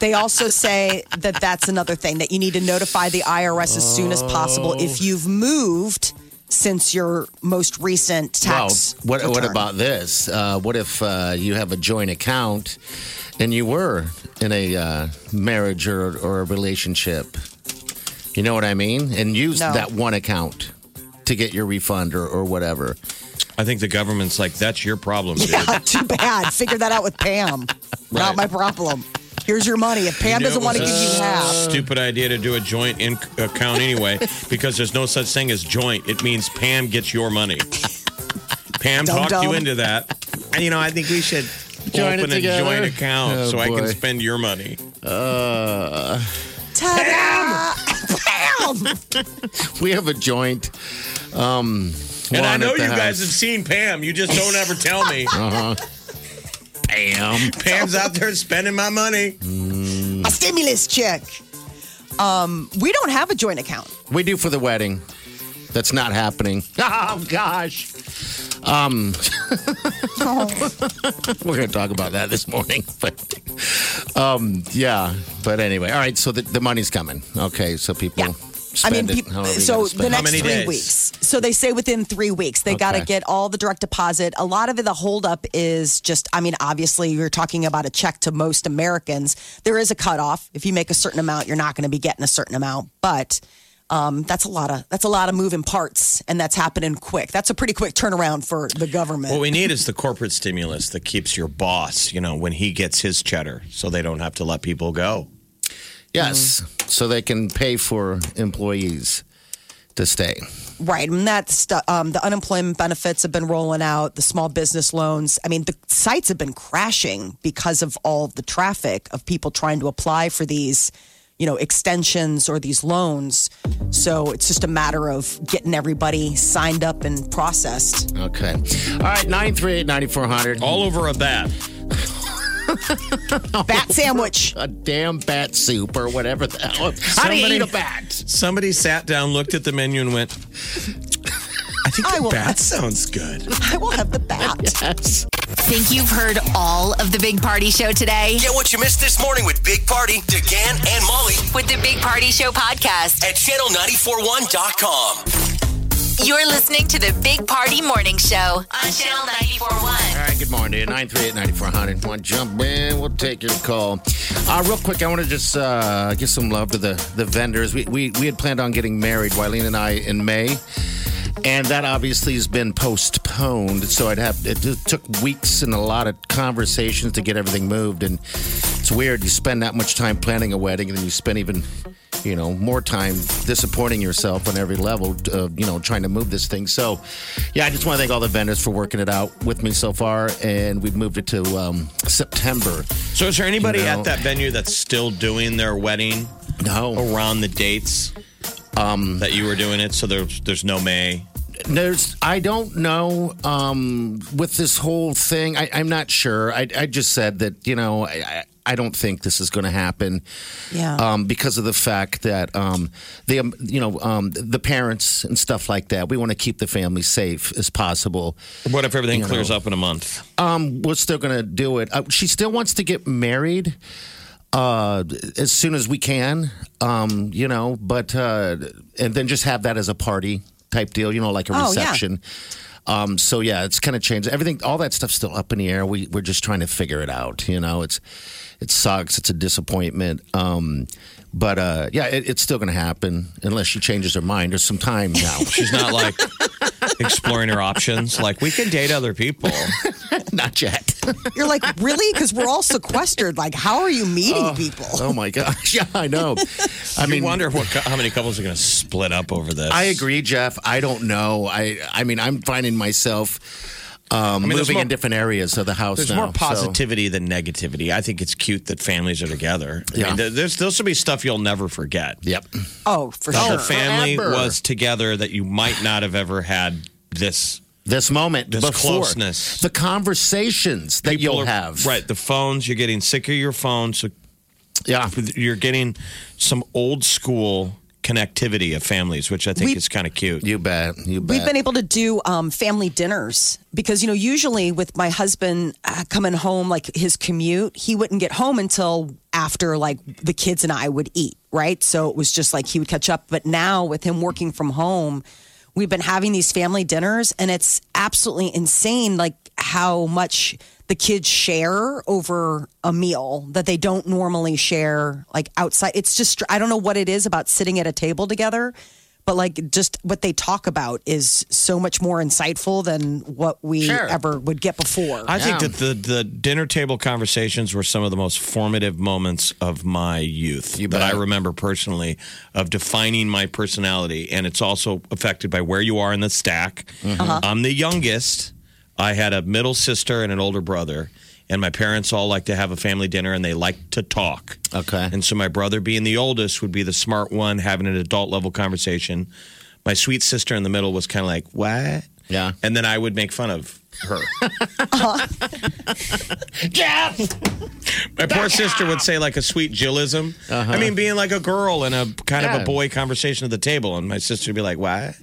they also say that that's another thing that you need to notify the IRS as soon as possible Oh. if you've moved since your most recent tax. Well, what, what return. about this? Uh, what if uh, you have a joint account and you were in a uh, marriage or, or a relationship? You know what I mean? And used No. that one account to get your refund or, or whatever. I think the government's like, that's your problem, dude. Yeah, too bad. Figure that out with Pam. Not Right. my problem. Here's your money. If Pam You know, doesn't want to it give was a you half, Stupid idea to do a joint in- account anyway, because there's no such thing as joint. It means Pam gets your money. Pam Dum talked you dum. into that, and you know I think we should Join it open a together. joint account Oh, so I can boy. spend your money. Uh, Pam! we have a joint. Um, And I lawn know at the you guys have house. seen Pam. You just don't ever tell me. Uh-huh. Pam. Pam's out there spending my money. a stimulus check. Um, we don't have a joint account. We do for the wedding. That's not happening. Oh gosh. Um, Oh. we're going to talk about that this morning, but um, yeah. But anyway, all right. So the, the money's coming. Okay, so people. I mean, Spend it peop- however you so gotta spend the it. next three weeks. So they say within three weeks they got to Okay. get all the direct deposit. A lot of it, the holdup is just. I mean, obviously, you're talking about a check to most Americans. There is a cutoff. If you make a certain amount, you're not going to be getting a certain amount. But um, that's a lot of that's a lot of moving parts, and that's happening quick. That's a pretty quick turnaround for the government. What we need is the corporate stimulus that keeps your boss, you know, when he gets his cheddar, so they don't have to let people go. Yes, so they can pay for employees to stay. Right, and that's stu- um, the unemployment benefits have been rolling out. The small business loans. I mean, the sites have been crashing because of all the traffic of people trying to apply for these, you know, extensions or these loans. So it's just a matter of getting everybody signed up and processed. Okay. All right, 938 9400. All over a bat. bat sandwich. A damn bat soup or whatever the hell. How do you eat a bat? Somebody sat down, looked at the menu, and went, I think I will That sounds good. I will have the bat. Yes. Think you've heard all of the Big Party Show today? Get what you missed this morning with Big Party, DeGan, and Molly With the Big Party Show podcast. at channel941.com. You're listening to the Big Party Morning Show on Channel 941. All right, good morning. 938-9400. Want to jump in? We'll take your call. Uh, real quick, I want to just uh, give some love to the, the vendors. We, we, we had planned on getting married, Wileen and I, in May. And that obviously has been postponed. So I'd have, it just took weeks and a lot of conversations to get everything moved. And it's weird. You spend that much time planning a wedding and then you spend even, you know, more time disappointing yourself on every level, uh, you know, trying to move this thing. So, yeah, I just want to thank all the vendors for working it out with me so far. And we've moved it to um, September. So, is there anybody You know- at that venue that's still doing their wedding? No. Um, Around the dates that you were doing it, so there's there's no May. There's, I don't know um, with this whole thing. I, I'm not sure. I, I just said that, you know, I, I, I don't think this is going to happen. Yeah. Um, because of the fact that um, the um, you know um, the parents and stuff like that, we want to keep the family safe as possible. What if everything You clears know. up in a month? Um, we're still going to do it. Uh, she still wants to get married uh, as soon as we can, um, you know, but, uh, and then just have that as a party type deal, you know, like a Oh, yeah. reception. Um, so yeah, it's kind of changed. Everything, all that stuff's still up in the air. We, we're just trying to figure it out, you know, it's, it sucks. It's a disappointment. Um, but uh, yeah, it, it's still going to happen unless she changes her mind. There's some time now. She's not like exploring her options. Like we can date other people. not yet. You're like, really? Because we're all sequestered. Like, how are you meeting Oh, people? Oh my gosh! Yeah, I know. I you mean, wonder what cou- how many couples are going to split up over this. I agree, Jeff. I don't know. I I mean, I'm finding myself um, I mean, there's moving more- in different areas of the house. There's now, more positivity than negativity. I think it's cute that families are together. I mean, Yeah. there- there's there'll be stuff you'll never forget. Yep. Oh, for the sure. whole family Forever. was together that you might not have ever had this this moment this before. closeness the conversations that People you'll are- have. right the phones you're getting sick of your phone so yeah you're getting some old school connectivity of families which i think We- is kind of cute you bet you We've been able to do um, family dinners because, you know, usually with my husband uh, coming home, like his commute, he wouldn't get home until after, like, the kids and I would eat, right? So it was just like he would catch up. But now with him working from home, we've been having these family dinners and it's absolutely insane, like, how much the kids share over a meal that they don't normally share, like, outside. It's just, I don't know what it is about sitting at a table together but like just what they talk about is so much more insightful than what we Sure. ever would get before. I think that the, the dinner table conversations were some of the most formative moments of my youth that I remember personally of defining my personality. And it's also affected by where you are in the stack. Mm-hmm. Uh-huh. I'm the youngest. I had a middle sister and an older brother. And my parents all like to have a family dinner and they like to talk. Okay. And so my brother, being the oldest, would be the smart one having an adult level conversation. My sweet sister in the middle was kind of like, what? Yeah. And then I would make fun of her. Jeff. My poor sister would say like a sweet Jillism. I Uh-huh. mean, being like a girl in a kind of Yeah. a boy conversation at the table, and my sister would be like, "What?"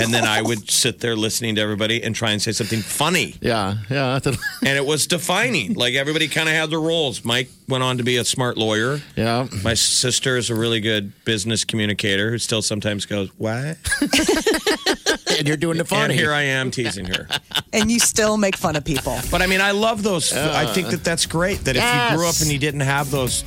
and then I would sit there listening to everybody and try and say something funny. Yeah, yeah, and it was defining. Like everybody kind of had their roles. Mike went on to be a smart lawyer. Yeah. My sister is a really good business communicator who still sometimes goes, "What?" and you're doing the And funny. here I am teasing her. and you still make fun of people. But I mean, I love those. I think that that's great. That if you grew up Yes. and you didn't have those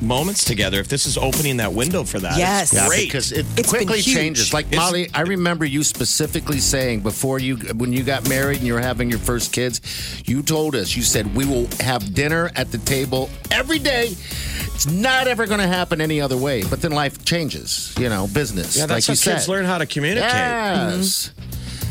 moments together, if this is opening that window for that, it's Yeah, great. because it quickly changes. Like It's- Molly, I remember you specifically saying before you, when you got married and you were having your first kids, you told us, you said, we will have dinner at the table every day. It's not ever going to happen any other way. But then life changes, you know, business. yeah, like that's you how kids said. learn how to communicate. Yes.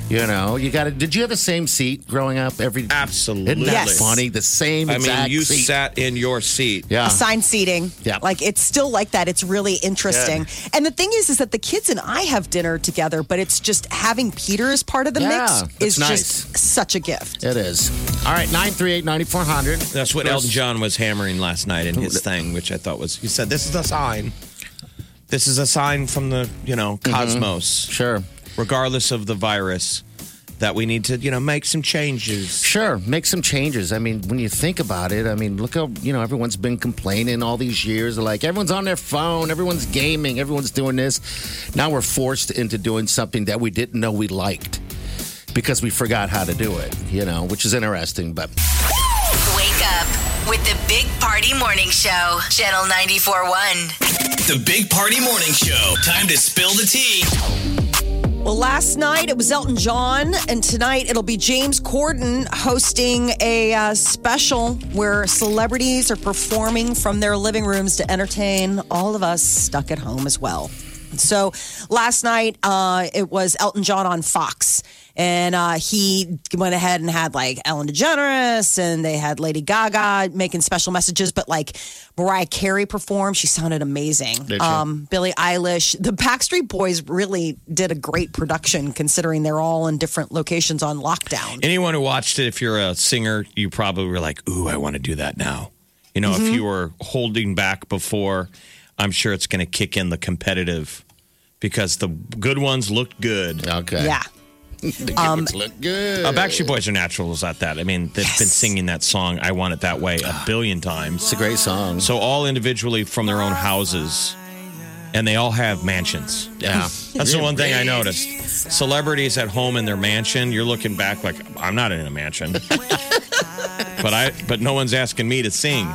You know, you got to. Did you have the same seat growing up? Every absolutely. Isn't that funny? The same. I mean, exact you seat. sat in your seat. Yeah. Assigned seating. Yeah. Like it's still like that. It's really interesting. And the thing is, is that the kids and I have dinner together, but it's just having Peter as part of the Yeah, mix it's is just such a gift. It is. All right, 938 9400. That's what Elton John was hammering last night in his thing, which I thought was. He said, "This is a sign. This is a sign from the you know cosmos." Mm-hmm. Sure. regardless of the virus, that we need to, you know, make some changes. Sure, make some changes. I mean, when you think about it, I mean, look how, you know, everyone's been complaining all these years. Like, everyone's on their phone, everyone's gaming, everyone's doing this. Now we're forced into doing something that we didn't know we liked because we forgot how to do it, you know, which is interesting. But Wake up with the Big Party Morning Show, Channel 94.1. The Big Party Morning Show. Time to spill the tea. Well, last night it was Elton John, and tonight it'll be James Corden hosting a uh, special where celebrities are performing from their living rooms to entertain all of us stuck at home as well. So last night uh, it was Elton John on Fox, and uh, he went ahead and had like Ellen DeGeneres, and they had Lady Gaga making special messages, but like Mariah Carey performed. She sounded amazing. Did she? Um, Billie Eilish. The Backstreet Boys really did a great production considering they're all in different locations on lockdown. Anyone who watched it, if you're a singer, you probably were like, "Ooh, I want to do that now." You know, if Mhm. you were holding back before, I'm sure it's going to kick in the competitive because the good ones looked good. Okay. Yeah. the Um, kids look good. Uh, Backstreet Boys are naturals at that. I mean, they've been singing that song "I Want It That Way" a billion times. It's a great song. So all individually from their own houses, and they all have mansions. Yeah, that's the one thing I noticed. Celebrities at home in their mansion. You're looking back like I'm not in a mansion, but I but no one's asking me to sing.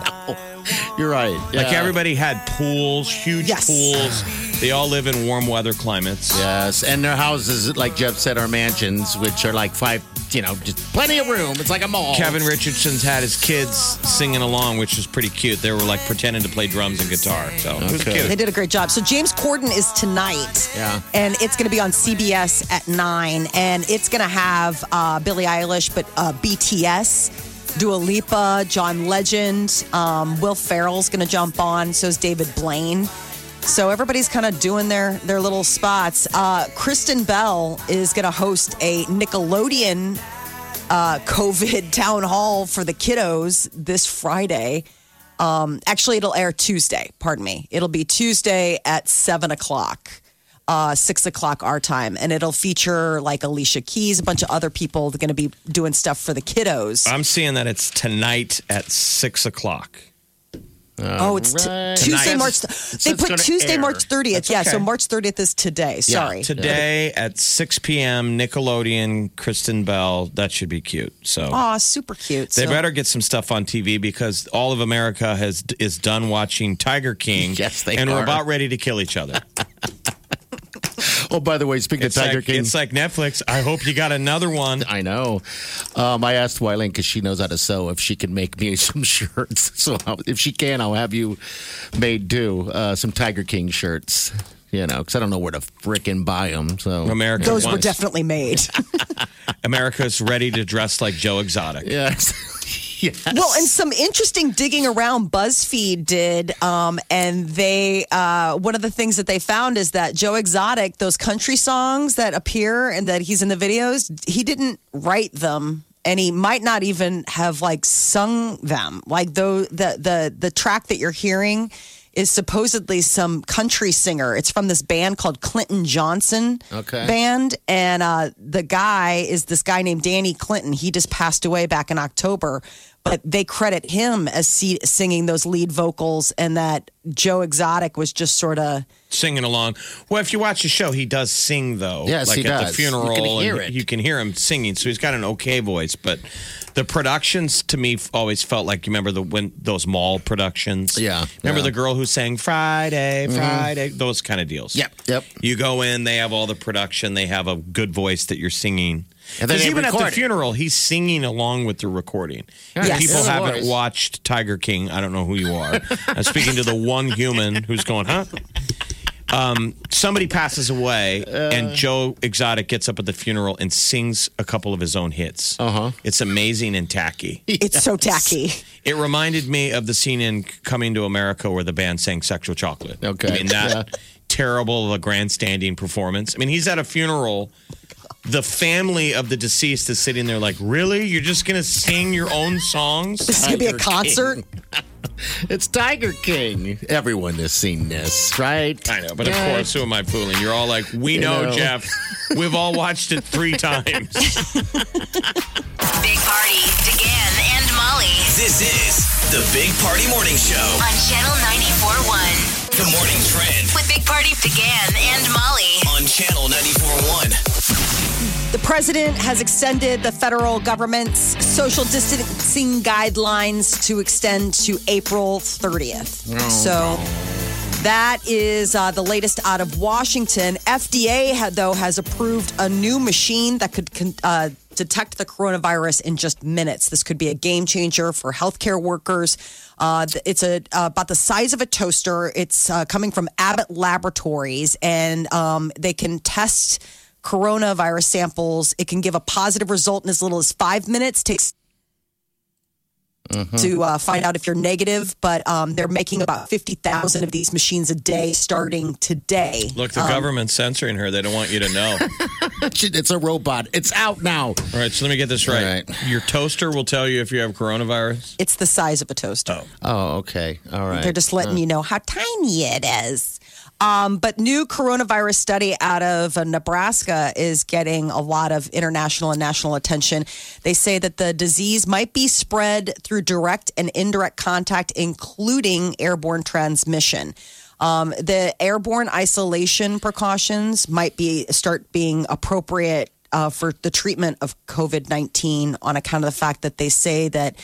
You're right. Like Yeah. everybody had pools, huge pools. They all live in warm weather climates. Yes, and their houses, like Jeff said, are mansions, which are like five, you know, just plenty of room. It's like a mall. Kevin Richardson's had his kids singing along, which is pretty cute. They were like pretending to play drums and guitar. So it was cute. They did a great job. So James Corden is tonight. Yeah. And it's going to be on CBS at 9. And it's going to have uh, Billie Eilish, but uh, BTS, Dua Lipa, John Legend, um, Will Ferrell's going to jump on. So is David Blaine. So everybody's kind of doing their their little spots. Uh, Kristen Bell is going to host a Nickelodeon uh, COVID town hall for the kiddos this Friday. Um, actually, it'll air Tuesday. Pardon me. It'll be Tuesday at seven o'clock, uh, six o'clock our time, and it'll feature like Alicia Keys, a bunch of other people. They're going to be doing stuff for the kiddos. I'm seeing that it's tonight at six o'clock. Oh, it's t- Tuesday, March. they put Tuesday, March 30th. yeah, so March 30th is today. Sorry. today at 6 p.m., Nickelodeon, Kristen Bell. That should be cute. So Aw, super cute. They So- better get some stuff on TV because all of America has is done watching Tiger King. Yes, they and we're are. about ready to kill each other. Oh, by the way, speaking It's of Tiger like- King, it's like Netflix. I hope you got another one. I know. Um, I asked Wyland because she knows how to sew if she can make me some shirts. So I'll- if she can, I'll have you made do uh, some Tiger King shirts. You know, because I don't know where to frickin' buy them. So America Those were wants- definitely made. America's ready to dress like Joe Exotic. Yes. Well, and some interesting digging around BuzzFeed did, um, and they uh, one of the things that they found is that Joe Exotic, those country songs that appear and that he's in the videos, he didn't write them, and he might not even have like sung them. Like though the the the track that you're hearing is supposedly some country singer. It's from this band called Clinton Johnson Okay. band, and uh, the guy is this guy named Danny Clinton. He just passed away back in October, but they credit him as se- singing those lead vocals, and that Joe Exotic was just sort of. Singing along. Well, if you watch the show, he does sing though. Yes, like he at the does. You funeral, can hear and you can hear him singing. So he's got an okay voice, but the productions to me f- always felt like you remember the when those mall productions. Yeah, remember yeah. the girl who sang Friday, Mhm. Friday, Mm-hmm. those kind of deals. Yep, yep. You go in, they have all the production, they have a good voice that you're singing. And then Because they even at the record it. funeral, he's singing along with the recording. Yeah, If Yes. People yeah, of haven't course. watched Tiger King. I don't know who you are. I'm speaking to the one human who's going, huh? Um, somebody passes away, Uh. and Joe Exotic gets up at the funeral and sings a couple of his own hits. Uh Uh-huh. huh. It's amazing and tacky. It's so tacky. It reminded me of the scene in Coming to America where the band sang Sexual Chocolate. Okay. I mean, that terrible of a grandstanding performance. I mean, he's at a funeral. The family of the deceased is sitting there like, really? You're just going to sing your own songs? This is gonna be a concert? It's Tiger King. Everyone has seen this, right? I know, but of course, who am I fooling? You're all like, we You know, know. Jeff. We've all watched it three times. Big Party, DeGan and Molly This is the Big Party Morning Show. on Channel 94.1. The morning trend With Big Party, DeGan and Molly. on Channel 94.1. The president has extended the federal government's social distancing guidelines to extend to April 30th. Oh, so that is uh, the latest out of Washington. FDA, ha- though, has approved a new machine that could con- uh, detect the coronavirus in just minutes. This could be a game changer for healthcare workers. Uh, th- it's a, uh, about the size of a toaster. It's uh, coming from Abbott Laboratories, and um, they can test coronavirus samples. It can give a positive result in as little as five minutes. Takes Mm-hmm. to uh, find out if you're negative, but um, they're making about 50,000 of these machines a day starting today. Look, the Um, government's censoring her. They don't want you to know. it's a robot. It's out now. All right, so let me get this right. Your toaster will tell you if you have coronavirus. It's the size of a toaster. Oh, okay. All right. Mm. They're just letting you know how tiny it is. Um, but new coronavirus study out of uh, Nebraska is getting a lot of international and national attention. They say that the disease might be spread through direct and indirect contact, including airborne transmission. Um, the airborne isolation precautions might be start being appropriate uh, for the treatment of COVID nineteen on account of the fact that they say that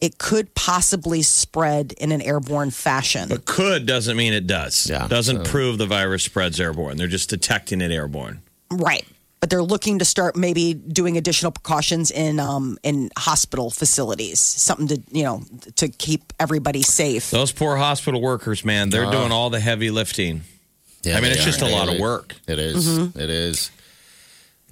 it could possibly spread in an airborne fashion. But could doesn't mean it does. Yeah, doesn't prove the virus spreads airborne. They're just detecting it airborne. Right. But they're looking to start maybe doing additional precautions in um, in hospital facilities, something to you know to keep everybody safe. Those poor hospital workers, man, they're Uh. doing all the heavy lifting. Uh-huh. Yeah, I mean, they it's just are. a lot of They- work. It is. Mhm. It is.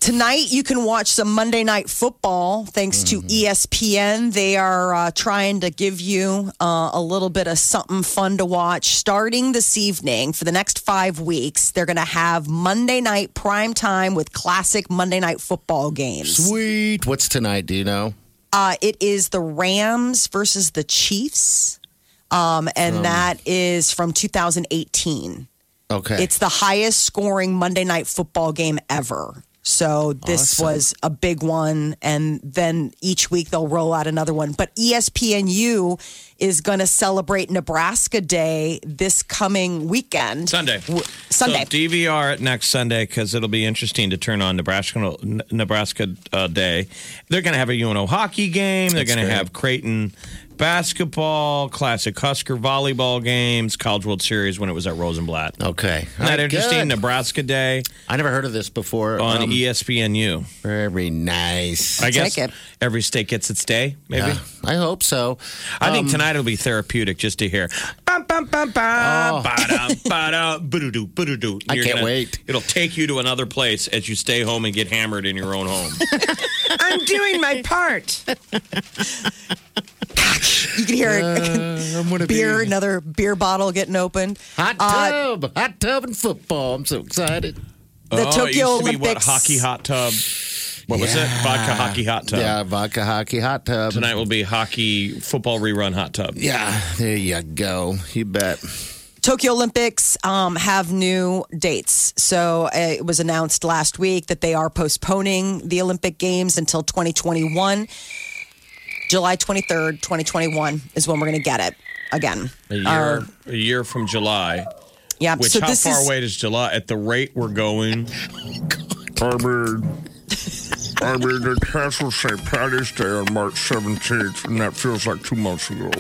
Tonight you can watch some Monday Night Football thanks to E ESPN. They are uh, trying to give you uh, a little bit of something fun to watch starting this evening for the next five weeks. They're going to have Monday Night prime time with classic Monday Night Football games. Sweet. What's tonight? Do you know? Uh, it is the Rams versus the Chiefs, um, and From- that is from 2018. Okay. It's the highest scoring Monday night football game ever. So this Awesome. was a big one, and then each week they'll roll out another one. But E ESPNU is going to celebrate Nebraska Day this coming weekend. Sunday. Sunday. So DVR it next Sunday because it'll be interesting to turn on Nebraska Nebraska uh, Day. They're going to have a UNO hockey game. They're That's going to great. have Creighton basketball, classic Husker volleyball games, College World Series when it was at Rosenblatt. Okay. Isn't that All right, interesting? good. Nebraska Day. I never heard of this before. On Um, E- ESPNU. Very nice. I guess Take it. every state gets its day, maybe. Yeah, I hope so. I Um, think tonight it'll be therapeutic just to hear. Bum, bum, bum, bum, ba-da, ba-da, boo-doo-doo, boo-doo-doo. Oh. I You're can't gonna- wait. It'll take you to another place as you stay home and get hammered in your own home. I'm doing my part. you can hear Uh, a beer, another beer bottle getting opened. Hot Uh, tub, hot tub and football. I'm so excited. The oh, it Tokyo used to be what Olympics- hockey hot tub. What was it? Yeah. Vodka hockey hot tub. Yeah, vodka hockey hot tub. Tonight will be hockey football rerun hot tub. Yeah, there you go. You bet. Tokyo Olympics um, have new dates. So uh, it was announced last week that they are postponing the Olympic Games until 2021. July 23rd, 2021 is when we're going to get it again. Uh, A year, Our- a year from July. yeah. Which so how this far is, away does July? At the rate we're going, I mean, I mean, they canceled St. Patty's Day on March 17th, and that feels like two months ago.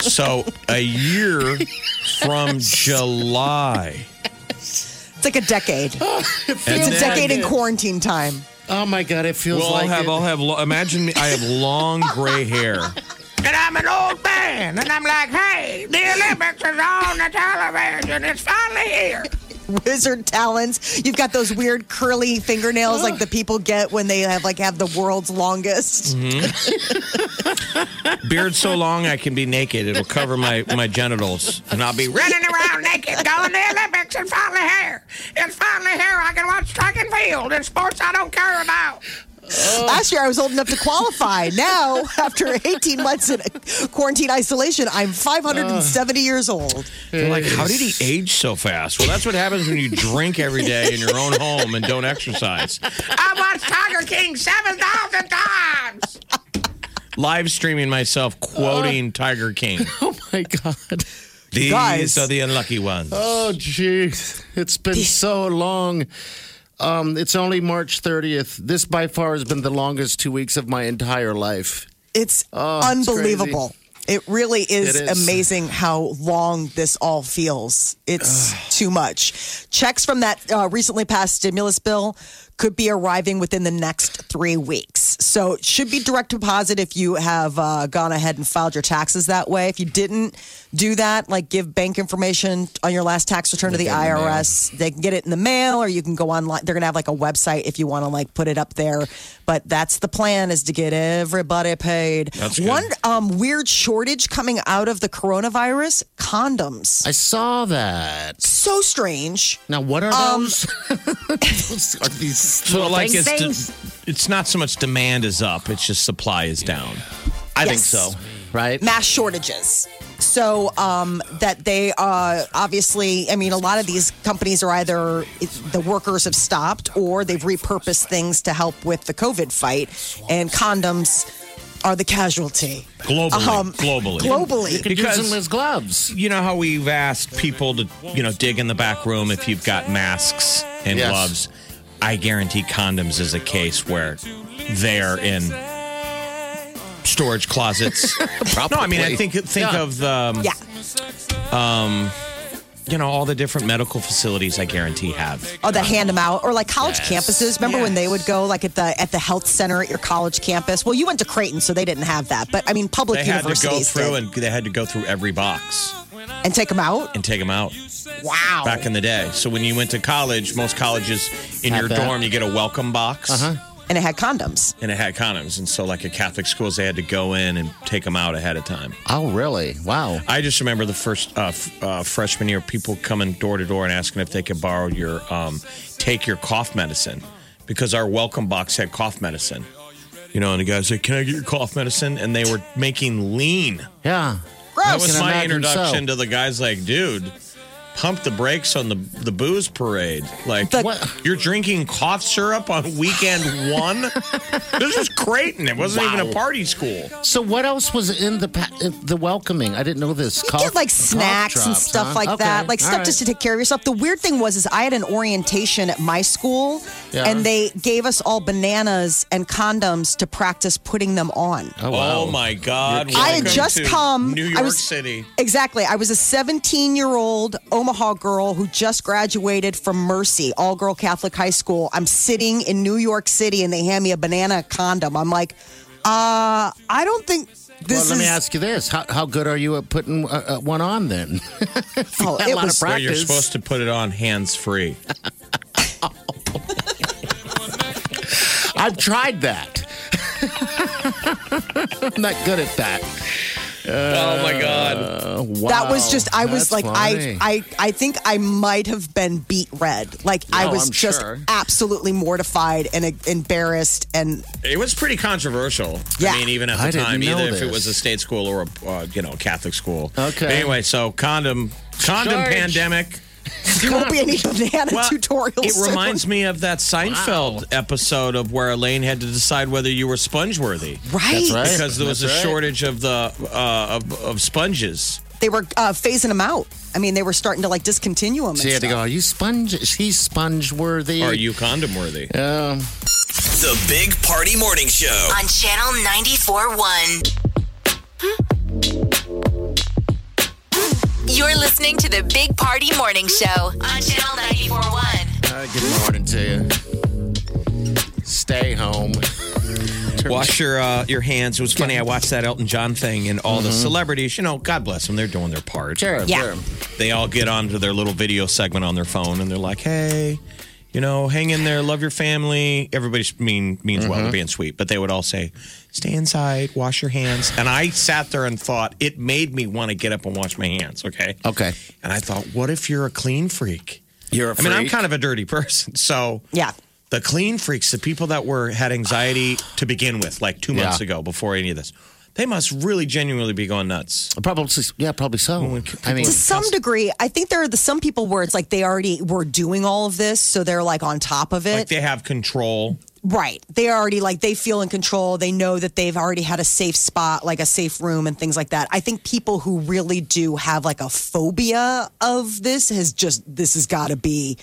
so a year from July. It's like a decade. it's feels a decade in like it. quarantine time. Oh my God, it feels well, I'll have, I'll have. Lo- imagine me. I have long gray hair. And I'm an old man, and I'm like, hey, the Olympics is on the television. It's finally here. Wizard talons. You've got those weird curly fingernails like the people get when they have like have the world's longest. Hmm? Beard so long I can be naked. It'll cover my my genitals, and I'll be ready. Running around naked, going to the Olympics, and finally here. It's finally here. I can watch track and field and sports I don't care about. Last year I was old enough to qualify. Now, after 18 months in quarantine isolation, I'm 570 years old. They're like, how did he age so fast? Well, that's what happens when you drink every day in your own home and don't exercise. I watched Tiger King 7,000 times. Live streaming myself quoting Tiger King. Uh, Oh my god. These Guys. are the unlucky ones. Oh, jeez. It's been so long. Um, it's only March 30th. This by far has been the longest two weeks of my entire life. It's Oh, it's unbelievable. it really is, It is. amazing how long this all feels. It's too much. Checks from that uh, recently passed stimulus bill could be arriving within the next three weeks. So it should be direct deposit if you have uh, gone ahead and filed your taxes that way. If you didn't do that, like give bank information on your last tax return to the IRS, they can get it in the mail or you can go online. They're going to have like a website if you want to like put it up there. But that's the plan is to get everybody paid. That's good. One um, weird shortage coming out of the coronavirus condoms. I saw that. So strange. Now, what are Um, those? Those are these So, little like, things? it's, de- it's not so much demand is up, it's just supply is down. I think Yes. so, right? mass shortages. So um, that they uh, obviously, I mean, a lot of these companies are either the workers have stopped or they've repurposed things to help with the COVID fight, and condoms are the casualty. globally, Um, globally, globally. You could use Because them as gloves. You know how we've asked people to, you know, dig in the back room if you've got masks and Yes. gloves. I guarantee condoms is a case where they're in storage closets. No, I mean, I think think Yeah. of um, Yeah. um, you know, all the different medical facilities. I guarantee have. Oh, that hand them out, or like college Yes. campuses. Remember when they would go like at the at the health center at your college campus? Well, you went to Creighton, so they didn't have that. But I mean, public they had to go universities through did. and they had to go through every box and, take them out. and take them out. Wow. Back in the day, so when you went to college, most colleges in Had your that. Uh-huh. dorm you get a welcome box. And it had condoms. and it had condoms. And so, like at Catholic schools, they had to go in and take them out ahead of time. Oh, really? Wow. I just remember the first uh, f- uh, freshman year, people coming door to door and asking if they could borrow your, um, take your cough medicine because our welcome box had cough medicine. You know, and the guy said, Can I get your cough medicine? And they were making lean. Yeah. That I was can my imagine so. introduction to the guys like, dude, pump the brakes on the, the booze parade. Like, you're drinking cough syrup on weekend one? this was Creighton. It wasn't even a Wow. party school. So what else was in the pa- the welcoming? I didn't know this. You get like snacks and stuff like that, like stuff just to take care of yourself. The weird thing was is I had an orientation at my school, Yeah. and they gave us all bananas and condoms to practice putting them on. Oh, my God. I had Welcome just to come. New I York was- City. Exactly. I was a 17 year old Omaha girl who just graduated from Mercy, all girl Catholic high school. I'm sitting in New York City and they hand me a banana condom. I'm like, uh, I don't think this well, let me is. ask you this: How, how good are you at putting uh, uh, one on? Then If you Oh, had a it lot was- of Where you're practice. supposed to put it on hands free. I've tried that. I'm not good at that. Oh, my God! Wow. That was just I was That's like funny. I I I think I might have been beat red. Like I No, was I'm just sure. absolutely mortified and uh, embarrassed and It was pretty controversial. Yeah. I mean, even at I the didn't time, know either if it this. was a state school or a uh, you know Catholic school. Okay. But anyway, so condom condom Charge. pandemic. there won't be any banana Well, tutorials. It soon. reminds me of that Seinfeld episode of where Elaine had to decide whether you were sponge worthy. Right. That's right. Because there was That's a right. shortage of the uh, of, of sponges. they were uh, phasing them out. I mean, they were starting to like discontinue them. So you had to go. Are you sponge? Is he sponge worthy? Are you condom worthy? Um, The Big Party Morning Show. On Channel 94.1. You're listening to the Big Party Morning Show on Channel 94.1. Uh, good morning to you. Stay home. Wash your uh, your hands. It was funny. I watched that Elton John thing, and all the celebrities. You know, God bless them. They're doing their part. Mm-hmm. Sure, Yeah. sure. They all get onto their little video segment on their phone, and they're like, "Hey, you know, hang in there. Love your family. Everybody's mean means Mm-hmm. well. They're being sweet." But they would all say, "Stay inside. Wash your hands." And I sat there and thought it made me want to get up and wash my hands. Okay. Okay. And I thought, what if you're a clean freak? You're I mean, I'm kind of a dirty person, so yeah. The clean freaks, the people that were had anxiety to begin with, like two months Yeah. ago, before any of this, they must really genuinely be going nuts. Probably, yeah, probably Mm-hmm. so. I mean, to some degree, I think there are the, some people where it's like they already were doing all of this, so they're like on top of it. like they have control. Right. They already like they feel in control. They know that they've already had a safe spot, like a safe room and things like that. I think people who really do have like a phobia of this has just this has got to be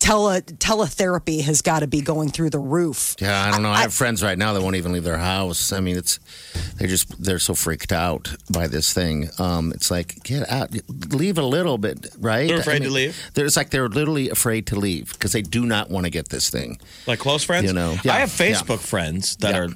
tele teletherapy has got to be going through the roof. Yeah, I don't know. I have friends right now that won't even leave their house. I mean, it's they're just they're so freaked out by this thing. Um, it's like get out, leave a little bit, right? They're afraid I mean, to leave? They're, it's like they're literally afraid to leave because they do not want to get this thing. Like close friends? You know, I yeah, have Facebook friends that are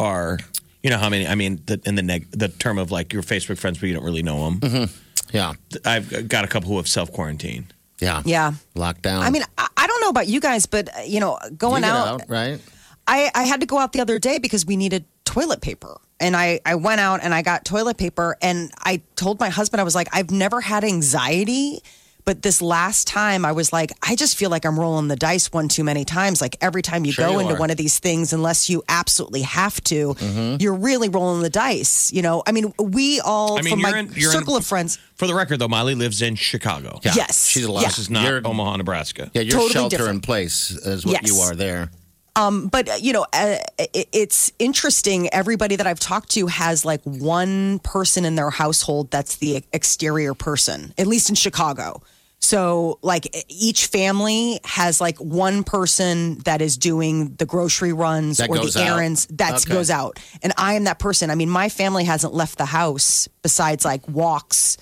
are you know how many? I mean, the, in the neg- the term of like your Facebook friends, but you don't really know them. Mm-hmm. Yeah, I've got a couple who have self quarantined. Yeah, Yeah. lockdown. I mean, I, I don't know about you guys, but uh, you know, going Oh. You get out, right? I, I had to go out the other day because we needed toilet paper. And I, I went out and I got toilet paper. And I told my husband, I was like, I've never had anxiety. But this last time, I was like, I just feel like I'm rolling the dice one too many times. Like every time you Sure go you into are. Mm-hmm. one of these things, unless you absolutely have to, you're really rolling the dice. You know, I mean, we all, I mean, from my you're in- you're in- circle of friends, For the record, though, Miley lives in Chicago. Yeah. Yes. She's allowed- This is not You're- Omaha, Nebraska. Yeah, you're Totally shelter different. in place is what Yes. you are there. Um, but uh, you know, uh, it, it's interesting. Everybody that I've talked to has like one person in their household that's the exterior person, at least in Chicago. So, like, e-, each family has like one person that is doing the grocery runs That or goes the out. errands that Okay. goes out, and I am that person. I mean, my family hasn't left the house besides like walks.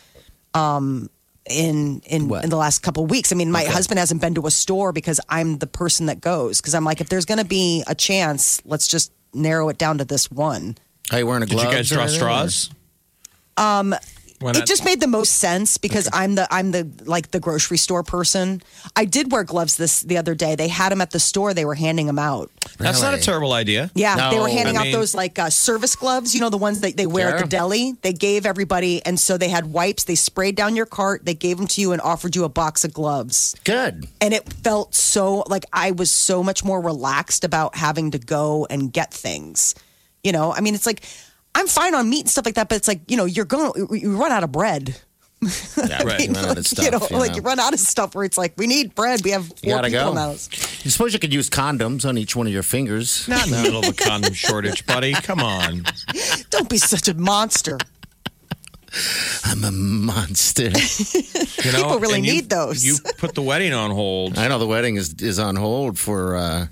Um, in in in the last couple of weeks. I mean, my husband hasn't been to a store because I'm the person that goes because I'm like, if there's going to be a chance, let's just narrow it down to this one. Are you wearing a Did you gloves guys or draw anything, straws? Um, Why it not? just made the most sense because I'm the I'm the like the grocery store person. I did wear gloves this the other day. They had them at the store. They were handing them out. That's not a terrible idea. Yeah, they were handing I out mean, those like uh, service gloves, you know, the ones that they wear at the deli. They gave everybody, and so they had wipes. They sprayed down your cart. They gave them to you and offered you a box of gloves. Good. And it felt so like I was so much more relaxed about having to go and get things. You know, I mean, it's like I'm fine on meat and stuff like that, but it's like you know, you're going, you run out of bread. Yeah, I mean, like, you know, like you run out of stuff where it's like we need bread. We have four You gotta people go. in the house. You suppose you could use condoms on each one of your fingers. Not in the middle of a condom shortage, buddy. Come on. Don't be such a monster. I'm a monster. You know, People really and you- need those. You put the wedding on hold. I know the wedding is is on hold for. Uh,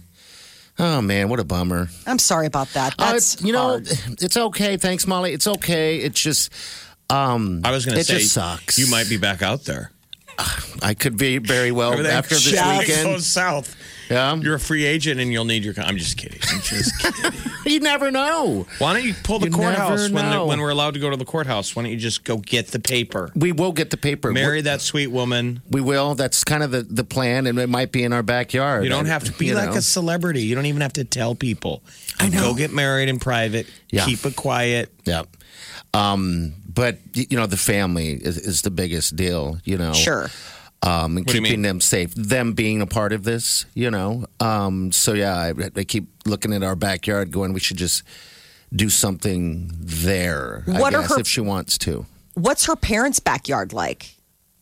oh man, what a bummer. I'm sorry about that. That's Uh, you know, hard. it's okay. Thanks, Molly. It's okay. It's just. Um, I was going to it say, just sucks. you might be back out there. I could be very well Everything after this just weekend. goes south. Yeah, you're a free agent, and you'll need your. con- I'm just kidding. I'm just kidding. You never know. Why don't you pull the You courthouse never when the, know. when we're allowed to go to the courthouse? Why don't you just go get the paper? We will get the paper. Marry We- that sweet woman. We will. That's kind of the, the plan, and it might be in our backyard. You don't have to be You like know. a celebrity. You don't even have to tell people. I know. Go get married in private. Yeah. Keep it quiet. Yeah. Um, but y- you know, the family is, is the biggest deal. You know, Sure. Um, and What do you keeping mean? them safe, them being a part of this. You know, um, so yeah, I, I keep looking at our backyard, going, we should just do something there. I What are guess, her- if she wants to? What's her parents' backyard like?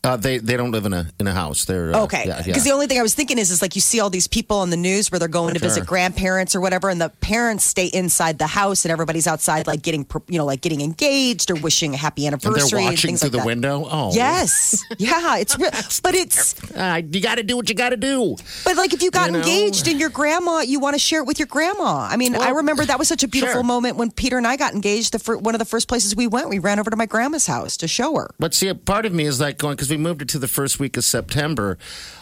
Uh, they they don't live in a in a house. They're uh, Okay. yeah, Because the yeah. only thing I was thinking is, is like you see all these people on the news where they're going to visit Sure. grandparents or whatever, and the parents stay inside the house, and everybody's outside, like getting, per- you know, like getting engaged or wishing a happy and anniversary. they're watching things through like the that. window. Oh, Yes. Yeah. It's real. But it's. Uh, you got to do what you got to do. But like if you got You know? engaged and your grandma, you want to share it with your grandma. I mean, I remember that was such a beautiful sure. moment when Peter and I got engaged. The fir- one of the first places we went, we ran over to my grandma's house to show her. But see, a part of me is like going because we moved it to the first week of September.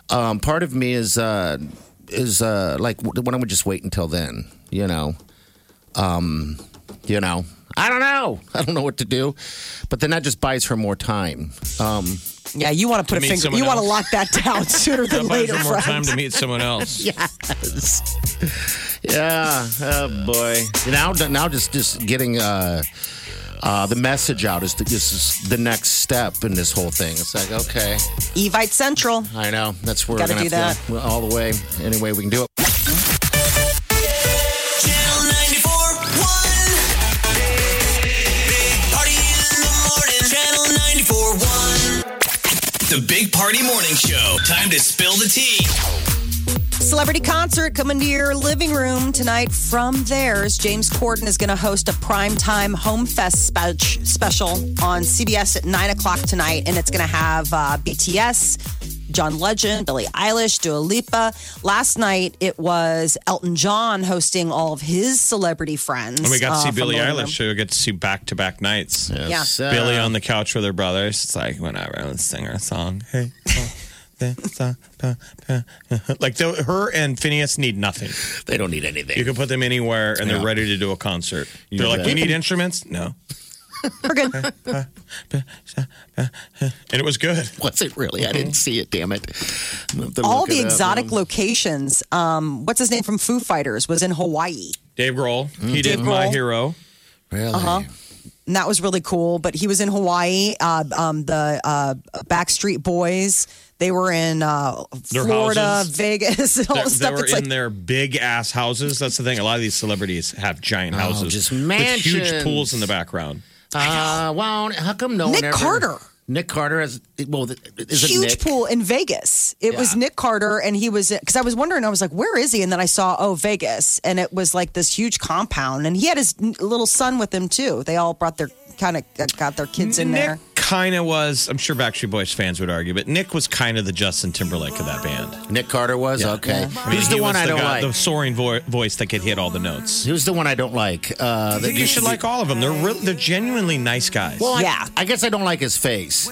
Um, part of me is uh, is uh, like, w- why don't we just wait until then? You know, um, you know, I don't know. I don't know what to do. But then that just buys her more time. Um, yeah, you want put To a meet finger- someone you wanna else. lock that down sooner That buys her more time to meet someone else. Yes. Yeah. Oh boy. Now, now, just just getting uh, uh, the message out is the, this is the next step in this whole thing. It's like, okay, Evite Central. I know that's where Gotta we're gonna do have to go all the way. Any way we can do it. 941. The Big Party Morning Show. Time to spill the tea. Celebrity concert coming to your living room tonight from theirs. James Corden is going to host a primetime Home Fest spe- special on CBS at 9 o'clock tonight, and it's going to have uh, BTS, John Legend, Billie Eilish, Dua Lipa. Last night, it was Elton John hosting all of his celebrity friends. And we got to uh, see from Billie the living room. Eilish, so we get to see back to back nights. Yeah. sir. Billie on the couch with her brothers. It's like, whenever, let's sing our song. Hey. oh, this, uh, pa, pa. like the, her and Phineas need nothing. They don't need anything. You can put them anywhere, and Yeah. they're ready to do a concert. You they're know like, that. "Do you need instruments?" No. We're good. And it was good. Was it really? I didn't see it, damn it. I'll have to all look the it up. exotic locations. Um, what's his name from Foo Fighters was in Hawaii. Dave Grohl. He did Dave My Grohl. Hero. Hmm. Oh, Really? Uh-huh. And that was really cool. But he was in Hawaii. Uh, um, the uh, Backstreet Boys. They were in uh, Their Florida, houses. Vegas, and all They- this they stuff. were It's in like their big ass houses. That's the thing. A lot of these celebrities have giant houses, Oh, just with mansions. huge pools in the background. Uh, well, how come no Nick one ever- Carter. Nick Carter has well, th- is it huge Nick? pool in Vegas. It was Yeah. Nick Carter, and he was because I was wondering. I was like, "Where is he?" And then I saw, "Oh, Vegas," and it was like this huge compound, and he had his n- little son with him too. They all brought their kind of got their kids in there. Kind of was. I'm sure Backstreet Boys fans would argue, but Nick was kind of the Justin Timberlake of that band. Nick Carter was okay. I mean, Who's he the one was I don't guy- like? The soaring vo- voice that could hit all the notes. Who's the one I don't like? Uh, I think you should like all of them. They're real they're genuinely nice guys. Uh, Well, I, I guess I don't like his face.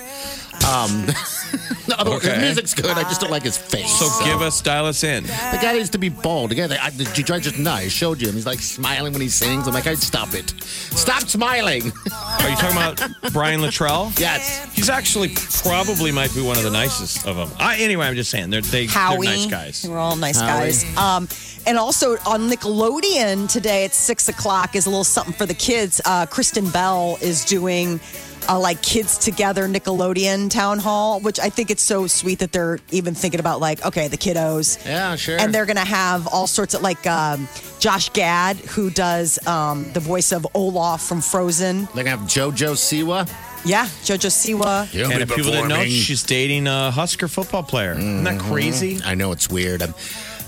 Um, the other Okay. his music's good. I just don't like his face. so give us, dial us in. The guy used to be bald. Again, I, the judge just no, I showed you him. He's like smiling when he sings. I'm like, I'd stop it. Stop smiling. Are you talking about uh, Brian Luttrell? Yes. He's actually probably might be one of the nicest of them. I, anyway, I'm just saying they're they, they're Howie. nice guys. They were all nice Howie. guys. Um, and also on Nickelodeon today at six o'clock is a little something for the kids. Uh, Kristen Bell is doing. Uh, like kids together Nickelodeon town hall, which I think it's so sweet that they're even thinking about like okay the kiddos, Yeah, sure. and they're gonna have all sorts of like um, Josh Gad who does um, the voice of Olaf from Frozen, They're gonna have JoJo Siwa. yeah JoJo Siwa, and if people didn't know, she's dating a Husker football player. Isn't that crazy? Mm-hmm. I know it's weird. I'm,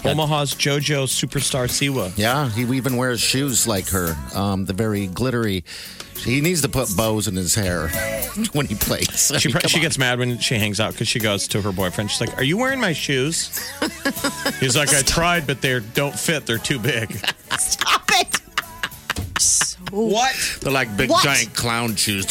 Omaha's JoJo superstar Siwa. Yeah, he even wears shoes like her. Um, the very glittery. He needs to put bows in his hair when he plays. She, I mean, pro- come she on. gets mad when she hangs out because she goes to her boyfriend. She's like, "Are you wearing my shoes?" He's like, "I tried, but they don't fit. They're too big." stop it. What? They're like big What? giant clown shoes.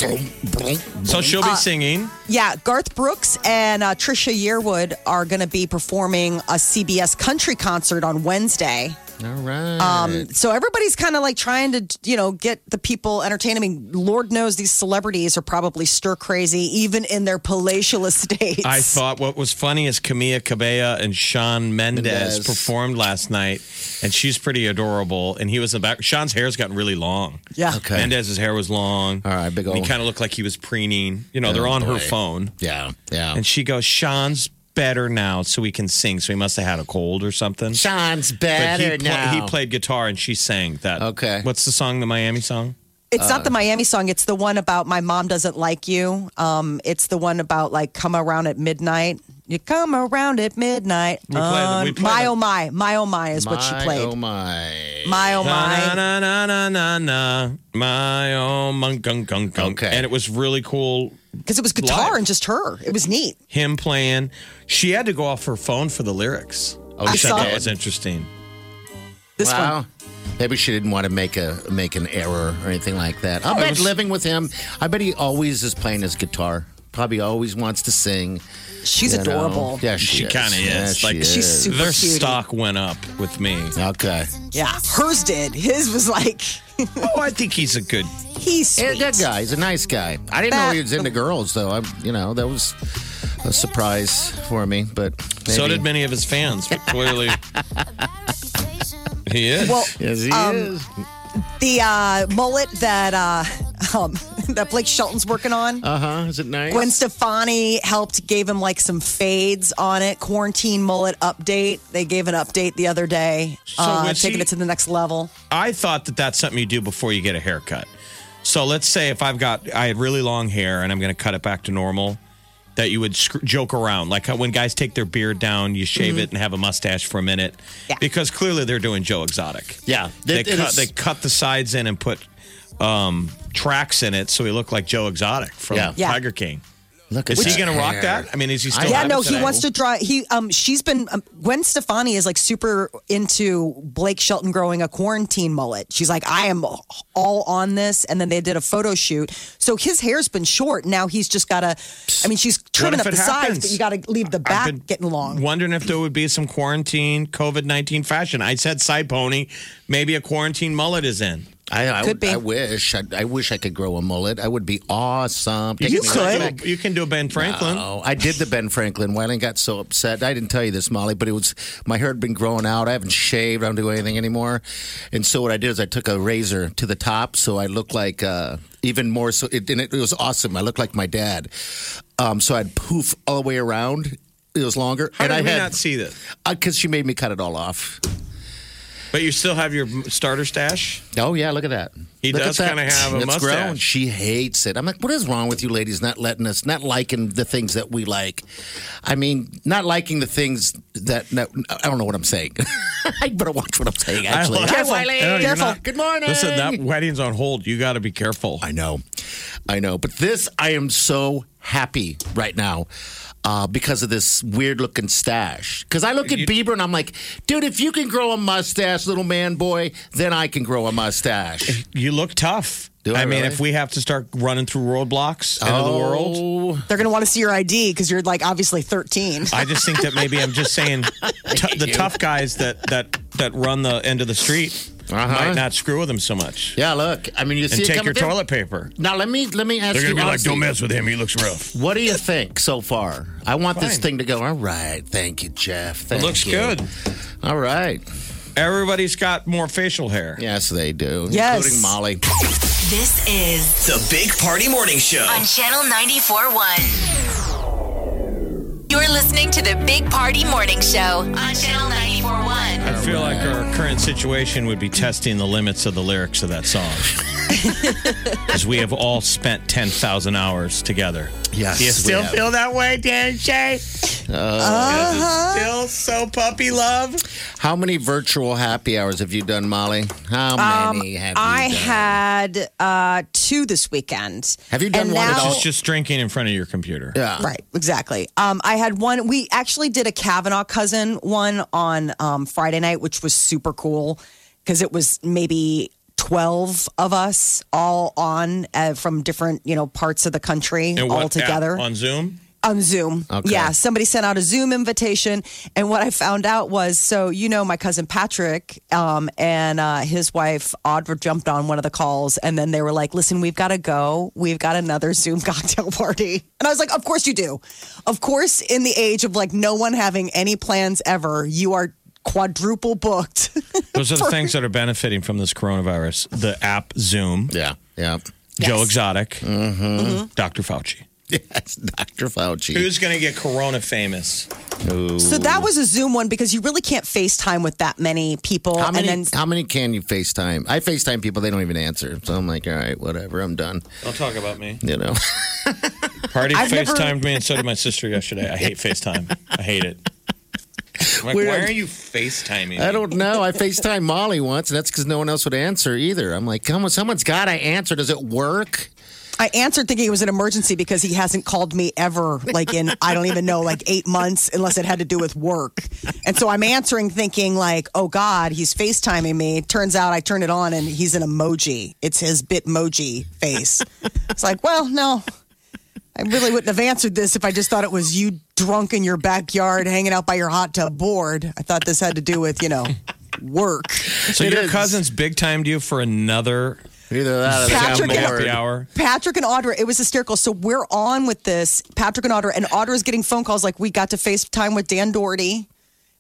So she'll be Uh, singing. Yeah, Garth Brooks and uh, Trisha Yearwood are going to be performing a CBS country concert on Wednesday. All right. Um, so everybody's kind of like trying to, you know, get the people entertained. I mean, Lord knows these celebrities are probably stir crazy, even in their palatial estates. I thought what was funny is Camilla Cabella and Sean Mendez, Mendez. performed last night, and she's pretty adorable. And he was in the back. Sean's hair's gotten really long. Yeah. Okay. Mendez's hair was long. All right, big He old- kind of looked like he was preening. You know, they're Oh, on her boy. phone. Yeah, yeah. And she goes, Sean's better now, so he can sing. So he must have had a cold or something. Sean's But better he, pla- now. he played guitar and she sang that. Okay. What's the song, the Miami song? It's not uh, the Miami song. It's the one about my mom doesn't like you. Um, it's the one about like come around at midnight. You come around at midnight. We play the- we on- play my the- oh my, my oh my is what she My, played. Oh my. My oh my. Na, na, na, na, na, na. My oh, mon, gung, gung, gung. Okay. And it was really cool. Because it was guitar Live. and just her. It was neat. Him playing. She had to go off her phone for the lyrics. Oh, which she I thought did? was interesting. This wow. Maybe she didn't want to make a make an error or anything like that. I No, bet it was- living with him, I bet he always is playing his guitar. Probably always wants to sing. She's You know? adorable. Yeah, she, kind of Yeah, is. she like is. their stock went up with me. Okay. Yeah, hers did. His was like oh, I think he's a good. He's He's a sweet. good guy. He's a nice guy. I didn't know he was into girls though. I, you know, that was a surprise for me. But So maybe- did many of his fans, but clearly he is. Well, yes, he um, is. The uh, mullet that uh, um, that Blake Shelton's working on. Uh huh. Is it nice? Gwen Stefani helped gave him like some fades on it. Quarantine mullet update. They gave an update the other day, So uh, was taking he- it to the next level. I thought that that's something you do before you get a haircut. So let's say if I've got I had really long hair and I'm going to cut it back to normal, that you would sc- joke around like how when guys take their beard down, you shave Mm-hmm. it and have a mustache for a minute because clearly they're doing Joe Exotic. Yeah, they It- it cut is- they cut the sides in and put um, tracks in it so he looked like Joe Exotic from Yeah. Yeah. Tiger King. Look, is at he that going to rock hair. that? I mean, is he still? yeah, have no, it he today? wants to try. He, um, she's been um, Gwen Stefani is like super into Blake Shelton growing a quarantine mullet. She's like, I am all on this. And then they did a photo shoot, so his hair's been short. Now he's just got to. I mean, she's trimming up if the it sides, happens? but you got to leave the I've back been getting long. Wondering if there would be some quarantine COVID nineteen fashion. I said side pony, maybe a quarantine mullet is in. I, uh, I, Could be. I wish. I, I wish I could grow a mullet. I would be awesome. Take me back. You can do a Ben Franklin. No, I did the Ben Franklin one and got so upset. I didn't tell you this, Molly, but it was my hair had been growing out. I haven't shaved. I don't do anything anymore. And so what I did is I took a razor to the top, so I looked like uh, even more. So it, and it, it was awesome. I looked like my dad. Um, so I'd poof all the way around. It was longer. How and did I we had, not see this? Because she made me cut it all off. But you still have your starter stash. Oh yeah, look at that. He Look does at that. kinda have a it's mustache. Grown. She hates it. I'm like, what is wrong with you ladies not letting us, not liking the things that we like? I mean, not liking the things that, that I don't know what I'm saying. I better watch what I'm saying, actually. No, you're not- Good morning. Listen, that wedding's on hold. You got to be careful. I know. I know. But this, I am so happy right now uh, because of this weird looking stash. Because I look at Bieber and I'm like, dude, if you can grow a mustache, little man boy, then I can grow a mustache. You look tough. I, mean, if we have to start running through roadblocks into Oh. the world, Oh. They're going to want to see your ID because you're like obviously 13. I just think that maybe I'm just saying t- the tough guys that that that run the end of the street might not screw with them so much. Uh-huh. Yeah, look. I mean, you and see it take coming your through. toilet paper. Now let me let me ask They're you. gonna be like, honestly, "Don't mess with him. He looks rough." What do you think so far? I want this Fine. thing to go. All right, thank you, Jeff. It Thank looks you." good. All right. Everybody's got more facial hair. Yes, they do. Including Molly. This is The Big Party Morning Show. on Channel 94.1. You're listening to the Big Party Morning Show on Channel 94.1. I feel like our current situation would be testing the limits of the lyrics of that song. Because we have all spent 10,000 hours together. Yes. Do you we still have. feel that way, Dan Shay? Oh, Uh-huh. Still so puppy love. How many virtual happy hours have you done, Molly? How Um, many have you I done? had uh, two this weekend. Have you done And one at now- all? It's just drinking in front of your computer. Yeah. Right, exactly. Um, I had one. We actually did a Kavanaugh cousin one on um, Friday night, which was super cool because it was maybe twelve of us all on uh, from different you know parts of the country And all what app? together On Zoom? on Zoom. Okay. Yeah, somebody sent out a Zoom invitation, and what I found out was so you know my cousin Patrick um, and uh, his wife Audra jumped on one of the calls, and then they were like, "Listen, we've got to go. We've got another Zoom cocktail party." And I was like, "Of course you do. Of course, in the age of like no one having any plans ever, you are." Quadruple booked. Those are the things that are benefiting from this coronavirus. The app Zoom. Yeah. Yeah. Joe Yes. Exotic. Mm-hmm. Dr. Fauci. Yes, Dr. Fauci. Who's going to get corona famous? So that was a Zoom one because you really can't FaceTime with that many people. How many, and then how many can you FaceTime? I FaceTime people, they don't even answer. So I'm like, all right, whatever, I'm done. Don't talk about me. You know? Party I've never- FaceTimed me, and so did my sister yesterday. I hate FaceTime. I hate it. I'm like, Weird. why are you FaceTiming? I don't know. I FaceTime Molly once, and that's because no one else would answer either. I'm like, come on, someone's got to answer. Does it work? I answered thinking it was an emergency because he hasn't called me ever, like in, I don't even know, like eight months, unless it had to do with work. And so I'm answering thinking, like, oh God, he's FaceTiming me. Turns out I turn it on and he's an emoji. It's his Bitmoji face. It's like, well, no. I really wouldn't have answered this if I just thought it was you drunk in your backyard hanging out by your hot tub board. I thought this had to do with, you know, work. So your cousin's big timed you for another either that or they got Patrick bored. happy hour. Patrick and Audra, it was hysterical. So we're on with this. Patrick and Audra, and Audra's getting phone calls like we got to FaceTime with Dan Doherty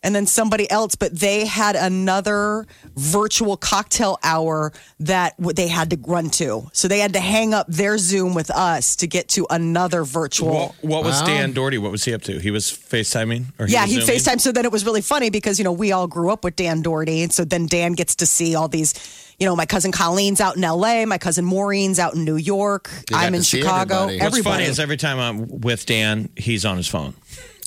and then somebody else, but they had another virtual cocktail hour that w- they had to run to. So they had to hang up their Zoom with us to get to another virtual. What, what was Dan Doherty? What was he up to? He was FaceTiming? Or yeah, he was Zooming? FaceTime. So then it was really funny because, you know, we all grew up with Dan Doherty. And so then Dan gets to see all these, you know, my cousin Colleen's out in L.A., my cousin Maureen's out in New York. You got I'm in to see Chicago. everybody. What's funny is every time I'm with Dan, he's on his phone.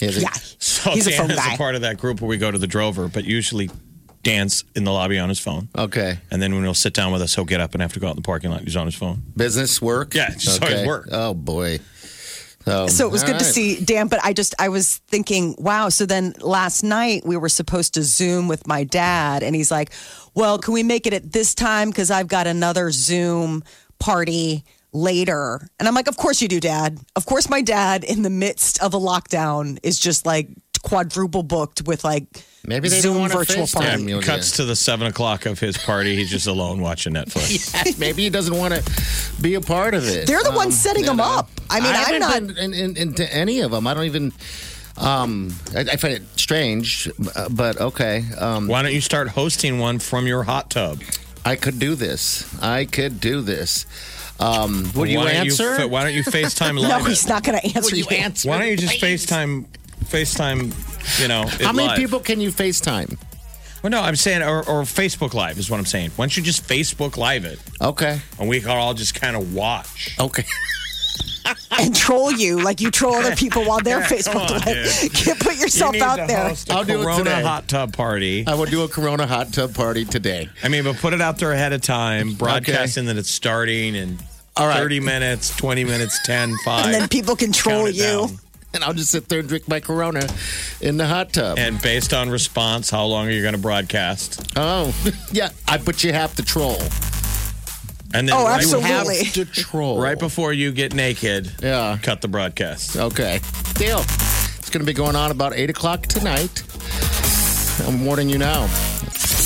Yeah. So He's a Dan phone is guy. a part of that group where we go to the Drover, but usually Dan's in the lobby on his phone. Okay. And then when he'll sit down with us, he'll get up and have to go out in the parking lot. He's on his phone. Business work? Yeah, it's just always work. Oh, boy. Um, So it was all good to right. see Dan, but I just I was thinking, wow. So then last night we were supposed to Zoom with my dad, and he's like, "Well, can we make it at this time? Because I've got another Zoom party later." And I'm like, "Of course you do, Dad. Of course my dad, in the midst of a lockdown, is just like quadruple booked with like maybe they Zoom virtual party." Yeah, cuts to the seven o'clock of his party. He's just alone watching Netflix. Yeah, maybe he doesn't want to be a part of it. They're the ones setting you him up. I mean, I'm haven't not- been in, in, into any of them. I don't even. Um, I, I find it strange, uh, but okay. Um, Why don't you start hosting one from your hot tub? I could do this. I could do this. Um, would you Why don't you answer? fa- why don't you FaceTime no, live it? he's not going to answer. Will you answer? Why don't you just FaceTime? FaceTime, you know. it How many live? people can you FaceTime? Well, no, I'm saying, or, or Facebook Live is what I'm saying. Why don't you just Facebook Live it? Okay. And we can all just kind of watch. Okay. and troll you like you troll other people while they're Yeah, Facebook come on, Live. dude. Can't put yourself out there. I'll do it today. tub party. I will do a Corona hot tub party today. I mean, but put it out there ahead of time, broadcasting that it's starting in All right. 30 minutes, 20 minutes, 10, 5. And then people control Count it you. down. And I'll just sit there and drink my Corona in the hot tub. And based on response, how long are you going to broadcast? Oh, yeah. I but you have to troll. And then Oh, right, absolutely. You have to troll. Right before you get naked, yeah. cut the broadcast. Okay. Deal. It's going to be going on about 8 o'clock tonight. I'm warning you now.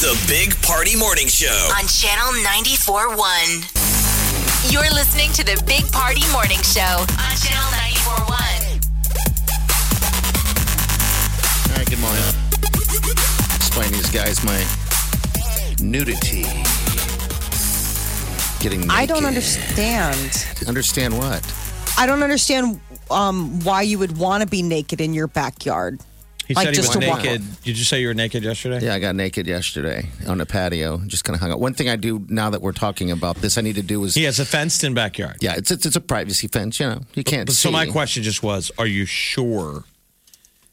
The Big Party Morning Show. On Channel 94.1. You're listening to the Big Party Morning Show on Channel 94.1. All right, good morning. Explain these guys my nudity. Getting naked. I don't understand. Understand what? I don't understand um, why you would want to be naked in your backyard. He like said he just was to walk. naked. Did you say you were naked yesterday? Yeah, I got naked yesterday on the patio. Just kind of hung out. One thing I do now that we're talking about this, I need to do is He has a fenced in backyard. yeah, it's it's, it's a privacy fence. You know, you can't. So my see. question just was, are you sure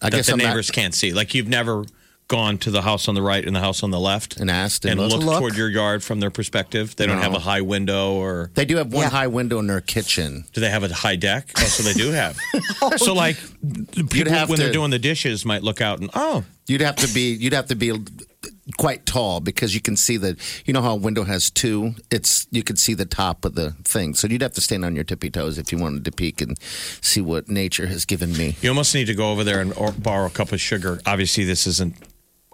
I that guess the I'm not- neighbors can't see? Like you've never gone to the house on the right and the house on the left and asked and, and looked looked? Look. toward your yard from their perspective. They don't No. have a high window or They do have one high window in their kitchen. do they have a high deck? Oh, so they do have. so like people have when they're to- doing the dishes might look out and oh You'd have to be you'd have to be quite tall because you can see the you know how a window has two. It's you can see the top of the thing, so you'd have to stand on your tippy toes if you wanted to peek and see what nature has given me. you almost need to go over there and or, borrow a cup of sugar. Obviously, this isn't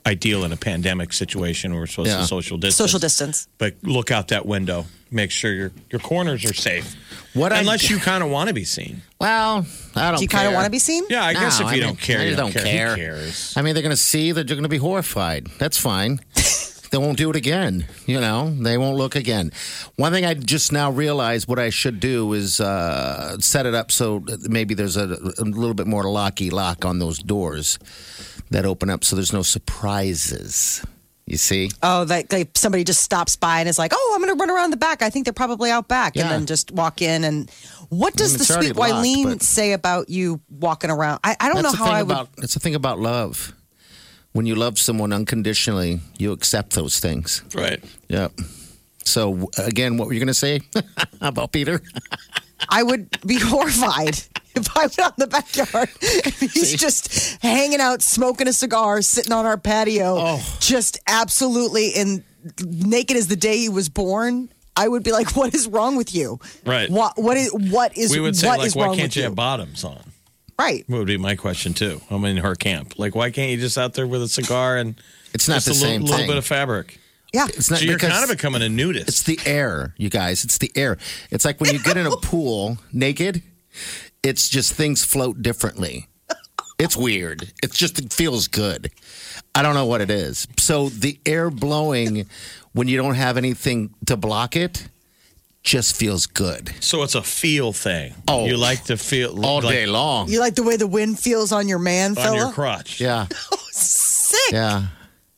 ideal in a pandemic situation where we're supposed Yeah. to social distance. Social distance. but look out that window. Make sure your your corners are safe. What I- unless you kind of want to be seen. Well, I don't. Do you kinda care. wanna be seen? Yeah, I guess No, if you mean, don't care, I you don't care. Who cares? I mean, they're going to see that you're going to be horrified. That's fine. they won't do it again. You know, they won't look again. One thing I just now realized what I should do is uh, set it up so maybe there's a, a little bit more locky lock on those doors that open up so there's no surprises. You see? Oh, that like somebody just stops by and is like, "Oh, I'm going to run around the back. I think they're probably out back," and Yeah. then just walk in. And what does mean, the it's already sweet locked, Wileen but- say about you walking around? I, I don't that's know the how thing I would. about, That's the thing about love. When you love someone unconditionally, you accept those things. Right. Yep. So again, what were you going to say about Peter? I would be horrified if I went out in the backyard. And he's just hanging out, smoking a cigar, sitting on our patio, Oh. just absolutely in naked as the day he was born. I would be like, "What is wrong with you? Right. What? What is? What is? we would say what like, is why wrong can't with you have bottoms on? Right. Would be my question too. I'm in her camp. Like, why can't you just out there with a cigar and It's not just the a little, same little thing. bit of fabric? Yeah, It's not so you're because- kind of becoming a nudist. It's the air, you guys. It's the air. It's like when you get in a pool naked, it's just things float differently. It's weird. It's just, it feels good. I don't know what it is. So the air blowing when you don't have anything to block it just feels good. So it's a feel thing. Oh. you like to feel All like, day long. You like the way the wind feels on your man, on fella? Oh, your crotch. Yeah. Sick. Yeah.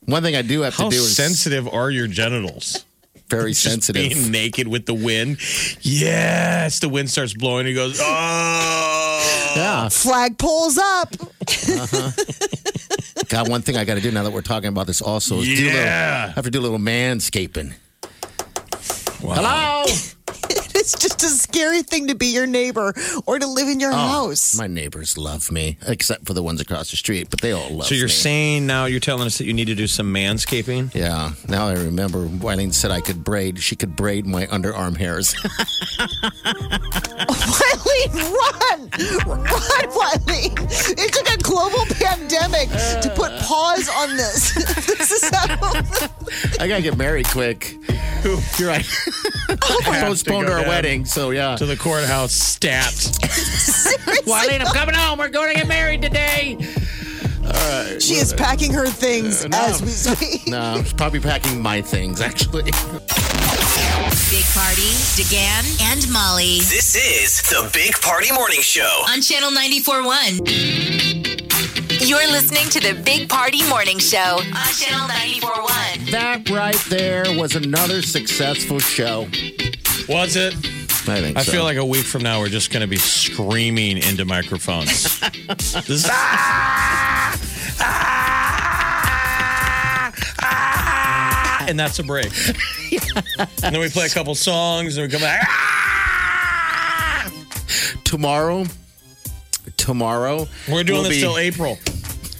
One thing I do have How to do is sensitive are your genitals? very Just sensitive. Being naked with the wind. Yes, the wind starts blowing. He goes, oh. Yeah. Flag pulls up. Uh-huh. God, one thing I got to do now that we're talking about this also is do a little, Yeah. I have to do a little manscaping. Hello. it's just a scary thing to be your neighbor or to live in your Oh, house. My neighbors love me, except for the ones across the street, but they all love So you're me. saying now you're telling us that you need to do some manscaping? Yeah. Now I remember Wileen said I could braid. She could braid my underarm hairs. Wileen, run! Run, Wileen! It took a global pandemic to put pause on this. this is how. I gotta get married quick. You're right. Have to Postponed go our down wedding, so yeah. To the courthouse, stabbed. Wileen, I'm coming home. We're going to get married today. All right. She is packing her things Uh, no. as we speak. No, she's probably packing my things, actually. Big Party, DeGan, and Molly. This is the Big Party Morning Show. on Channel 94.1. You're listening to the Big Party Morning Show on Channel 94.1. That right there was another successful show. Was it? I think I so. feel like a week from now we're just going to be screaming into microphones. this is, and that's a break. and then we play a couple songs and we come back. tomorrow. Tomorrow. We're doing will this be- till April.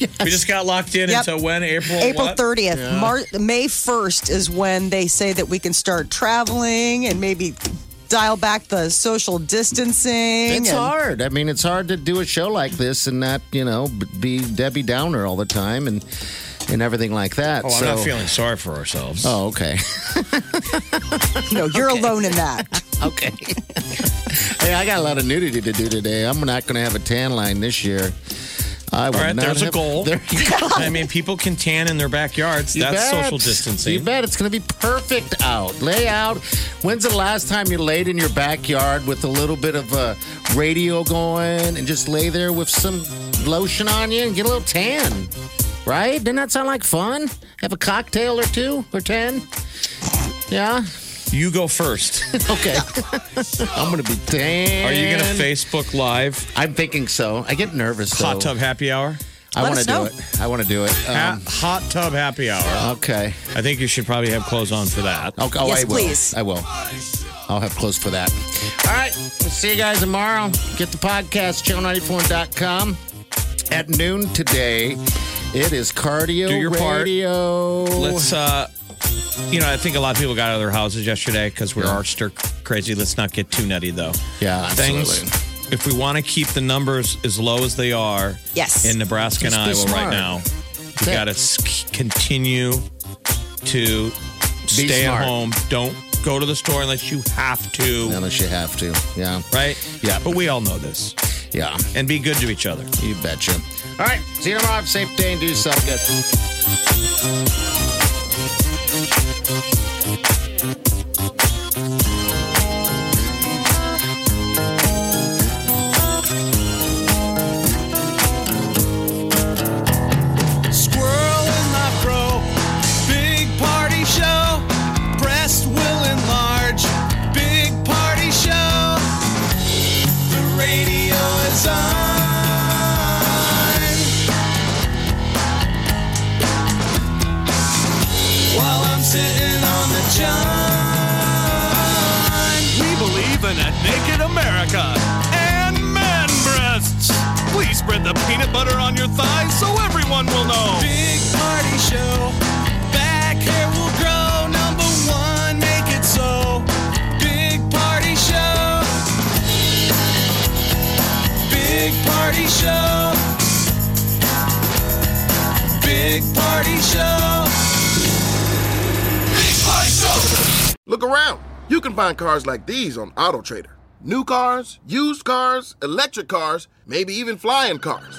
We just got locked in Yep. until when? April. April what? 30th. Yeah. Mar- May 1st is when they say that we can start traveling and maybe dial back the social distancing. It's and- hard. I mean, it's hard to do a show like this and not, you know, b- be Debbie Downer all the time and and everything like that. Oh, I'm so. not feeling sorry for ourselves. Oh, okay. No, you're alone in that. okay. hey, I got a lot of nudity to do today. I'm not going to have a tan line this year. I All will right, not there's a have- goal. There you go. I mean, people can tan in their backyards. You That's bet. social distancing. You bet. It's going to be perfect out. Lay out. When's the last time you laid in your backyard with a little bit of uh, radio going and just lay there with some lotion on you and get a little tan? Right? Didn't that sound like fun? Have a cocktail or two or ten? Yeah? You go first. Okay. I'm going to be tan. Are you going to Facebook Live? I'm thinking so. I get nervous. Though. Hot tub happy hour? I Let want to us do know. it. I want to do it. Ha- Um, hot tub happy hour. Okay. I think you should probably have clothes on for that. Okay. Oh, I will. I will. I'll have clothes for that. All right. We'll see you guys tomorrow. Get the podcast, channel94.com. At noon today, it is cardio Do your part. radio. Let's, uh, you know, I think a lot of people got out of their houses yesterday because we're all stir crazy. Let's not get too nutty, though. Yeah, Things, if we want to keep the numbers as low as they are Yes. in Nebraska and Iowa Let's be right smart. now, we it. got to continue to Be stay smart. at home. Don't go to the store unless you have to. Unless you have to. Yeah. Right? Yeah. But we all know this. Yeah. And be good to each other. You betcha. All right. See you tomorrow. Have a safe day and do yourself good. Squirrel in my fro. Big party show. Breast will enlarge. Big party show. The radio is on. While I'm sitting on the john. We believe in a naked America and man breasts. Please spread the peanut butter on your thighs so everyone will know. Big party show. Back hair will grow. Number one, make it so. Big party show. Big party show. Big party show. Big party show. Look around. You can find cars like these on AutoTrader. New cars, used cars, electric cars, maybe even flying cars.